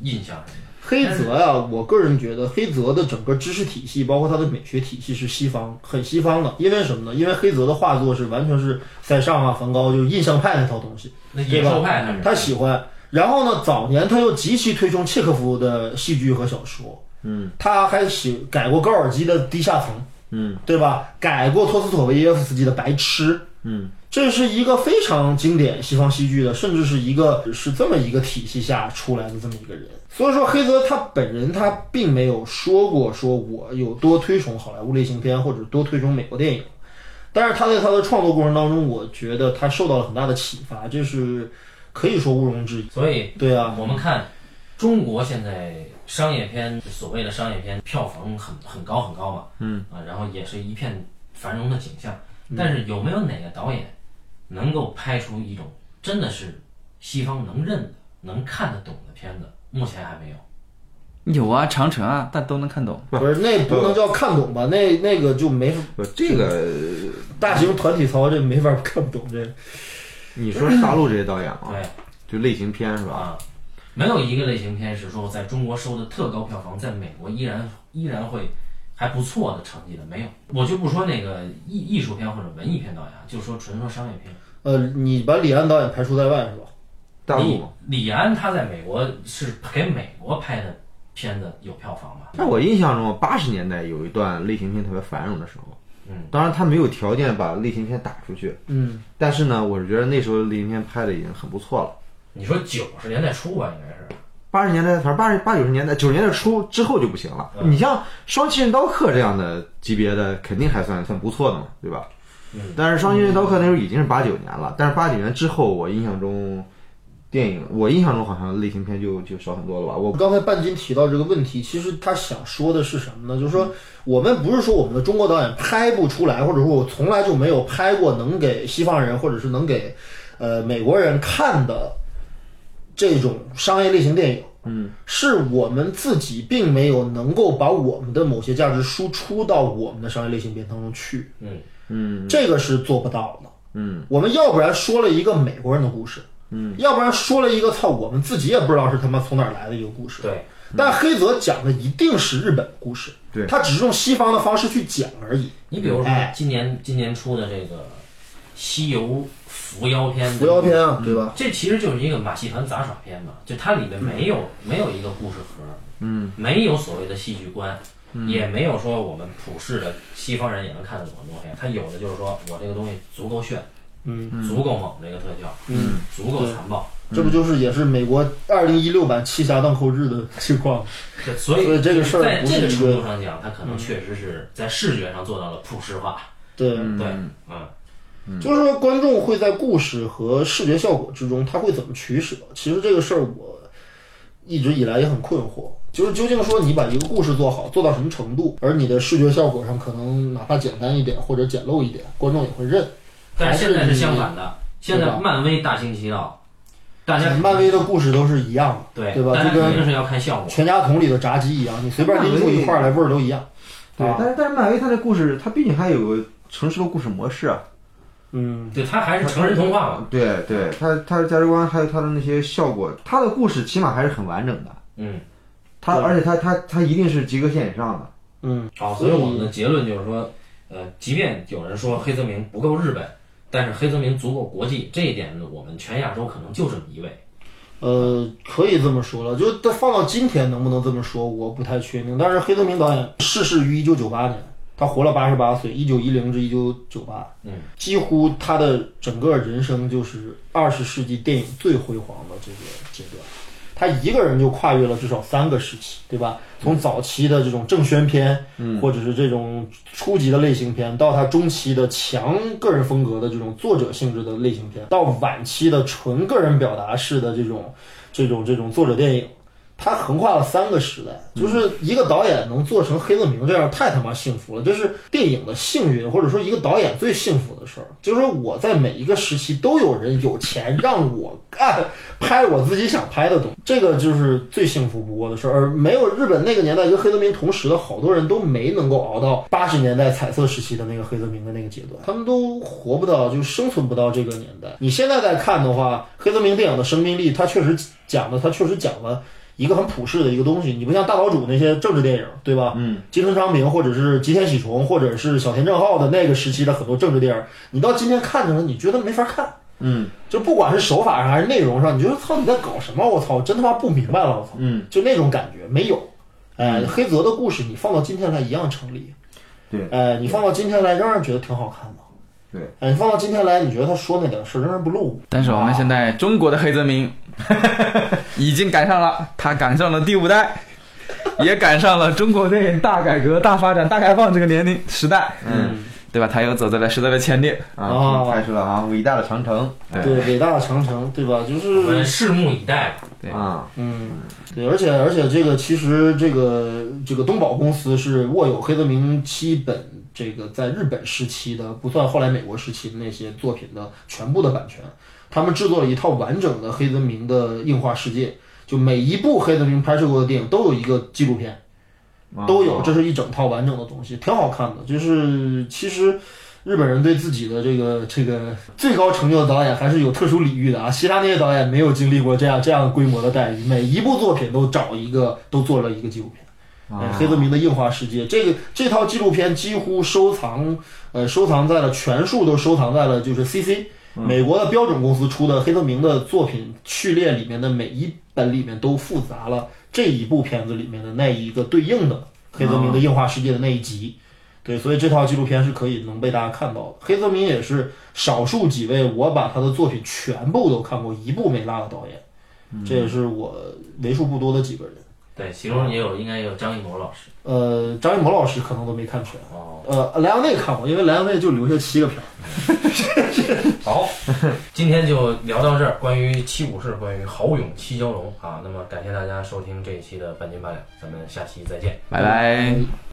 A: 印象什么的。
D: 黑泽呀、我个人觉得黑泽的整个知识体系，包括他的美学体系是西方，很西方的。因为什么呢？因为黑泽的画作是完全是塞尚啊、梵高，就是印象派那套东西，
A: 那
D: 对
A: 野
D: 吧
A: 兽派他是
D: 他喜欢。然后呢，早年他又极其推崇契诃夫的戏剧和小说，嗯，他还写改过高尔基的《地下层》，嗯，对吧？改过托斯妥维耶夫斯基的《白痴》，
C: 嗯
D: 这是一个非常经典西方戏剧的，甚至是一个是这么一个体系下出来的这么一个人。所以说，黑泽他本人他并没有说过说我有多推崇好莱坞类型片或者多推崇美国电影，但是他在他的创作过程当中，我觉得他受到了很大的启发，这是可以说毋庸置疑。
A: 所以
D: 对啊，
A: 我们看中国现在商业片，所谓的商业片票房很很高很高嘛，嗯啊，然后也是一片繁荣的景象。但是有没有哪个导演能够拍出一种真的是西方能认的、能看得懂的片子？目前还没有。
B: 有啊，长城啊，但都能看懂。
D: 不是那不能叫看懂吧？那那个就没
C: 不这个
D: 大型团体操，这没法看不懂这。
C: 你说是大陆这些导演啊，
A: 对
C: 就类型片是吧？
A: 哎啊，没有一个类型片是说在中国收的特高票房，在美国依然依然会还不错的成绩的，没有。我就不说那个艺艺术片或者文艺片导演啊，就说纯说商业片。
D: 呃，你把李安导演排除在外是吧？
C: 大陆
A: 李
C: 嘛。
A: 李安他在美国是给美国拍的片子有票房吗？
C: 在我印象中，八十年代有一段类型片特别繁荣的时候，
A: 嗯，
C: 当然他没有条件把类型片打出去，
D: 嗯，
C: 但是呢，我是觉得那时候类型片拍的已经很不错了。
A: 你说九十年代初吧，应该是
C: 八十年代，反正八十八九十年代、九十年代初之后就不行了。你像《双旗刃刀客》这样的级别的，肯定还算算不错的嘛，对吧？
A: 嗯
C: 但是《双旗刃刀客》那时候已经是八九年了，但是八九年之后，我印象中电影，我印象中好像类型片就就少很多了吧？我
D: 我刚才半斤提到这个问题，其实他想说的是什么呢？就是说，我们不是说我们的中国导演拍不出来，或者说我从来就没有拍过能给西方人或者是能给呃美国人看的这种商业类型电影。嗯，是我们自己并没有能够把我们的某些价值输出到我们的商业类型片当中去。
A: 嗯
D: 嗯，这个是做不到的。嗯，我们要不然说了一个美国人的故事，嗯，要不然说了一个操我们自己也不知道是他妈从哪儿来的一个故事。
A: 对，
D: 但黑泽讲的一定是日本的故事，
C: 对
D: 他只是用西方的方式去讲而已。
A: 你比如说
D: 哎
A: 今年今年出的这个《西游伏妖篇》，
D: 伏妖篇啊，对吧？
A: 这其实就是一个马戏团杂耍片嘛，就它里面没有、没有一个故事盒，嗯，没有所谓的戏剧观，也没有说我们普世的西方人也能看得懂的东西，它有的就是说我这个东西足够炫，
D: 嗯，
A: 足够猛，这个特效，
D: 嗯，
A: 足够残暴，
D: 这不就是也是美国二零一六版《七侠荡寇日》的情况？
A: 对所以
D: 所以这个事儿
A: 在
D: 不是
A: 这个
D: 一
A: 程
D: 个嗯
A: 度上讲，它可能确实是在视觉上做到了普世化，
D: 对，
A: 对，嗯，
D: 就是说观众会在故事和视觉效果之中，他会怎么取舍？其实这个事儿我一直以来也很困惑，就是究竟说你把一个故事做好，做到什么程度，而你的视觉效果上可能哪怕简单一点或者简陋一点，观众也会认。
A: 但是现在
D: 还是
A: 是
D: 你
A: 相反的，现
D: 对
A: 在
D: 吧嗯
A: 漫威大行其道，大家
D: 漫威的故事都是一样的，
A: 对
D: 对吧
A: 大家
D: 就跟
A: 肯定是要看效果，
D: 全家桶里的炸鸡一样，你随便拎出一块儿来，味儿都一样。
C: 对
D: 啊，
C: 但是但是漫威它的故事，它毕竟还有个成熟的故事模式啊。
D: 嗯，
A: 对，它还是成人童话嘛，
C: 对对，它它的价值观还有它的那些效果，它的故事起码还是很完整的。
A: 嗯。
C: 它
D: 对
C: 而且它它它一定是及格线以上的。
D: 嗯，
A: 好，所以我们的结论就是说，呃，即便有人说黑泽明不够日本，但是黑泽明足够国际，这一点呢，我们全亚洲可能就这么一位。
D: 呃，可以这么说了，就但放到今天能不能这么说，我不太确定。但是黑泽明导演逝世于一九九八年，他活了八十八岁，一九一零至一九九八，
A: 嗯，
D: 几乎他的整个人生就是二十世纪电影最辉煌的这个阶段。他一个人就跨越了至少三个时期，对吧？从早期的这种正宣片，嗯、或者是这种初级的类型片，到他中期的强个人风格的这种作者性质的类型片，到晚期的纯个人表达式的这种、这种、这种作者电影，他横跨了三个时代。就是一个导演能做成黑泽明这样，太他妈幸福了！这是电影的幸运，或者说一个导演最幸福的事儿。就是说我在每一个时期都有人有钱让我干拍我自己想拍的东西，这个就是最幸福不过的事儿。而没有日本那个年代跟黑泽明同时的好多人都没能够熬到八十年代彩色时期的那个黑泽明的那个阶段，他们都活不到，就生存不到这个年代。你现在再看的话，黑泽明电影的生命力，他确实讲的，他确实讲了。一个很普世的一个东西，你不像大岛主那些政治电影，对吧？嗯，金城昌平或者是吉田喜重或者是小田正浩的那个时期的很多政治电影，你到今天看着了，你觉得没法看。
C: 嗯
D: 就不管是手法上还是内容上，你觉得操你在搞什么？我操，真他妈不明白了！我操，
C: 嗯，
D: 就那种感觉没有。哎，黑泽的故事你放到今天来一样成立。
C: 对
D: 哎，你放到今天来仍然觉得挺好看的。
C: 对，
D: 哎，你放到今天来，你觉得他说那点事儿仍然不露骨。
B: 但是我们现在中国的黑泽明 已经赶上了，他赶上了第五代，也赶上了中国电影大改革、大发展、大开放这个年龄时代，
C: 嗯
B: 对吧？他又走在了时代的前列。
C: 啊，
D: 哦
C: 拍出了啊伟大的长城。哎
D: 对，伟大的长城，对吧？就
A: 我们
D: 是，
A: 拭目以待吧。
B: 对
C: 啊，
D: 嗯，对，而且而且这个其实这个这个东宝公司是握有黑泽明基本这个在日本时期的，不算后来美国时期的那些作品的全部的版权。他们制作了一套完整的黑泽明的硬化世界，就每一部黑泽明拍摄过的电影都有一个纪录片，
C: 啊
D: 都有，这是一整套完整的东西，挺好看的。就是其实日本人对自己的这个这个最高成就的导演还是有特殊礼遇的啊，其他那些导演没有经历过这样这样规模的待遇，每一部作品都找一个都做了一个纪录片。
C: 啊
D: 哎，黑泽明的《硬化世界》这个这套纪录片几乎收藏，呃，收藏在了全数都收藏在了就是 CC 美国的标准公司出的黑泽明的作品序列里面的每一本里面都复杂了这一部片子里面的那一个对应的黑泽明的《硬化世界》的那一集。对，所以这套纪录片是可以能被大家看到的。黑泽明也是少数几位我把他的作品全部都看过，一部没落的导演，这也是我为数不多的几个人。
A: 对，其中也有应该也有张艺谋老师
D: 呃，张艺谋老师可能都没看全，
A: 哦。
D: 呃，莱昂内看过，因为莱昂内就留下七个片儿。
A: 好，今天就聊到这儿，关于七武士，关于豪勇七蛟龙啊。那么感谢大家收听这一期的半斤八两，咱们下期再见。
B: 拜拜。
D: 嗯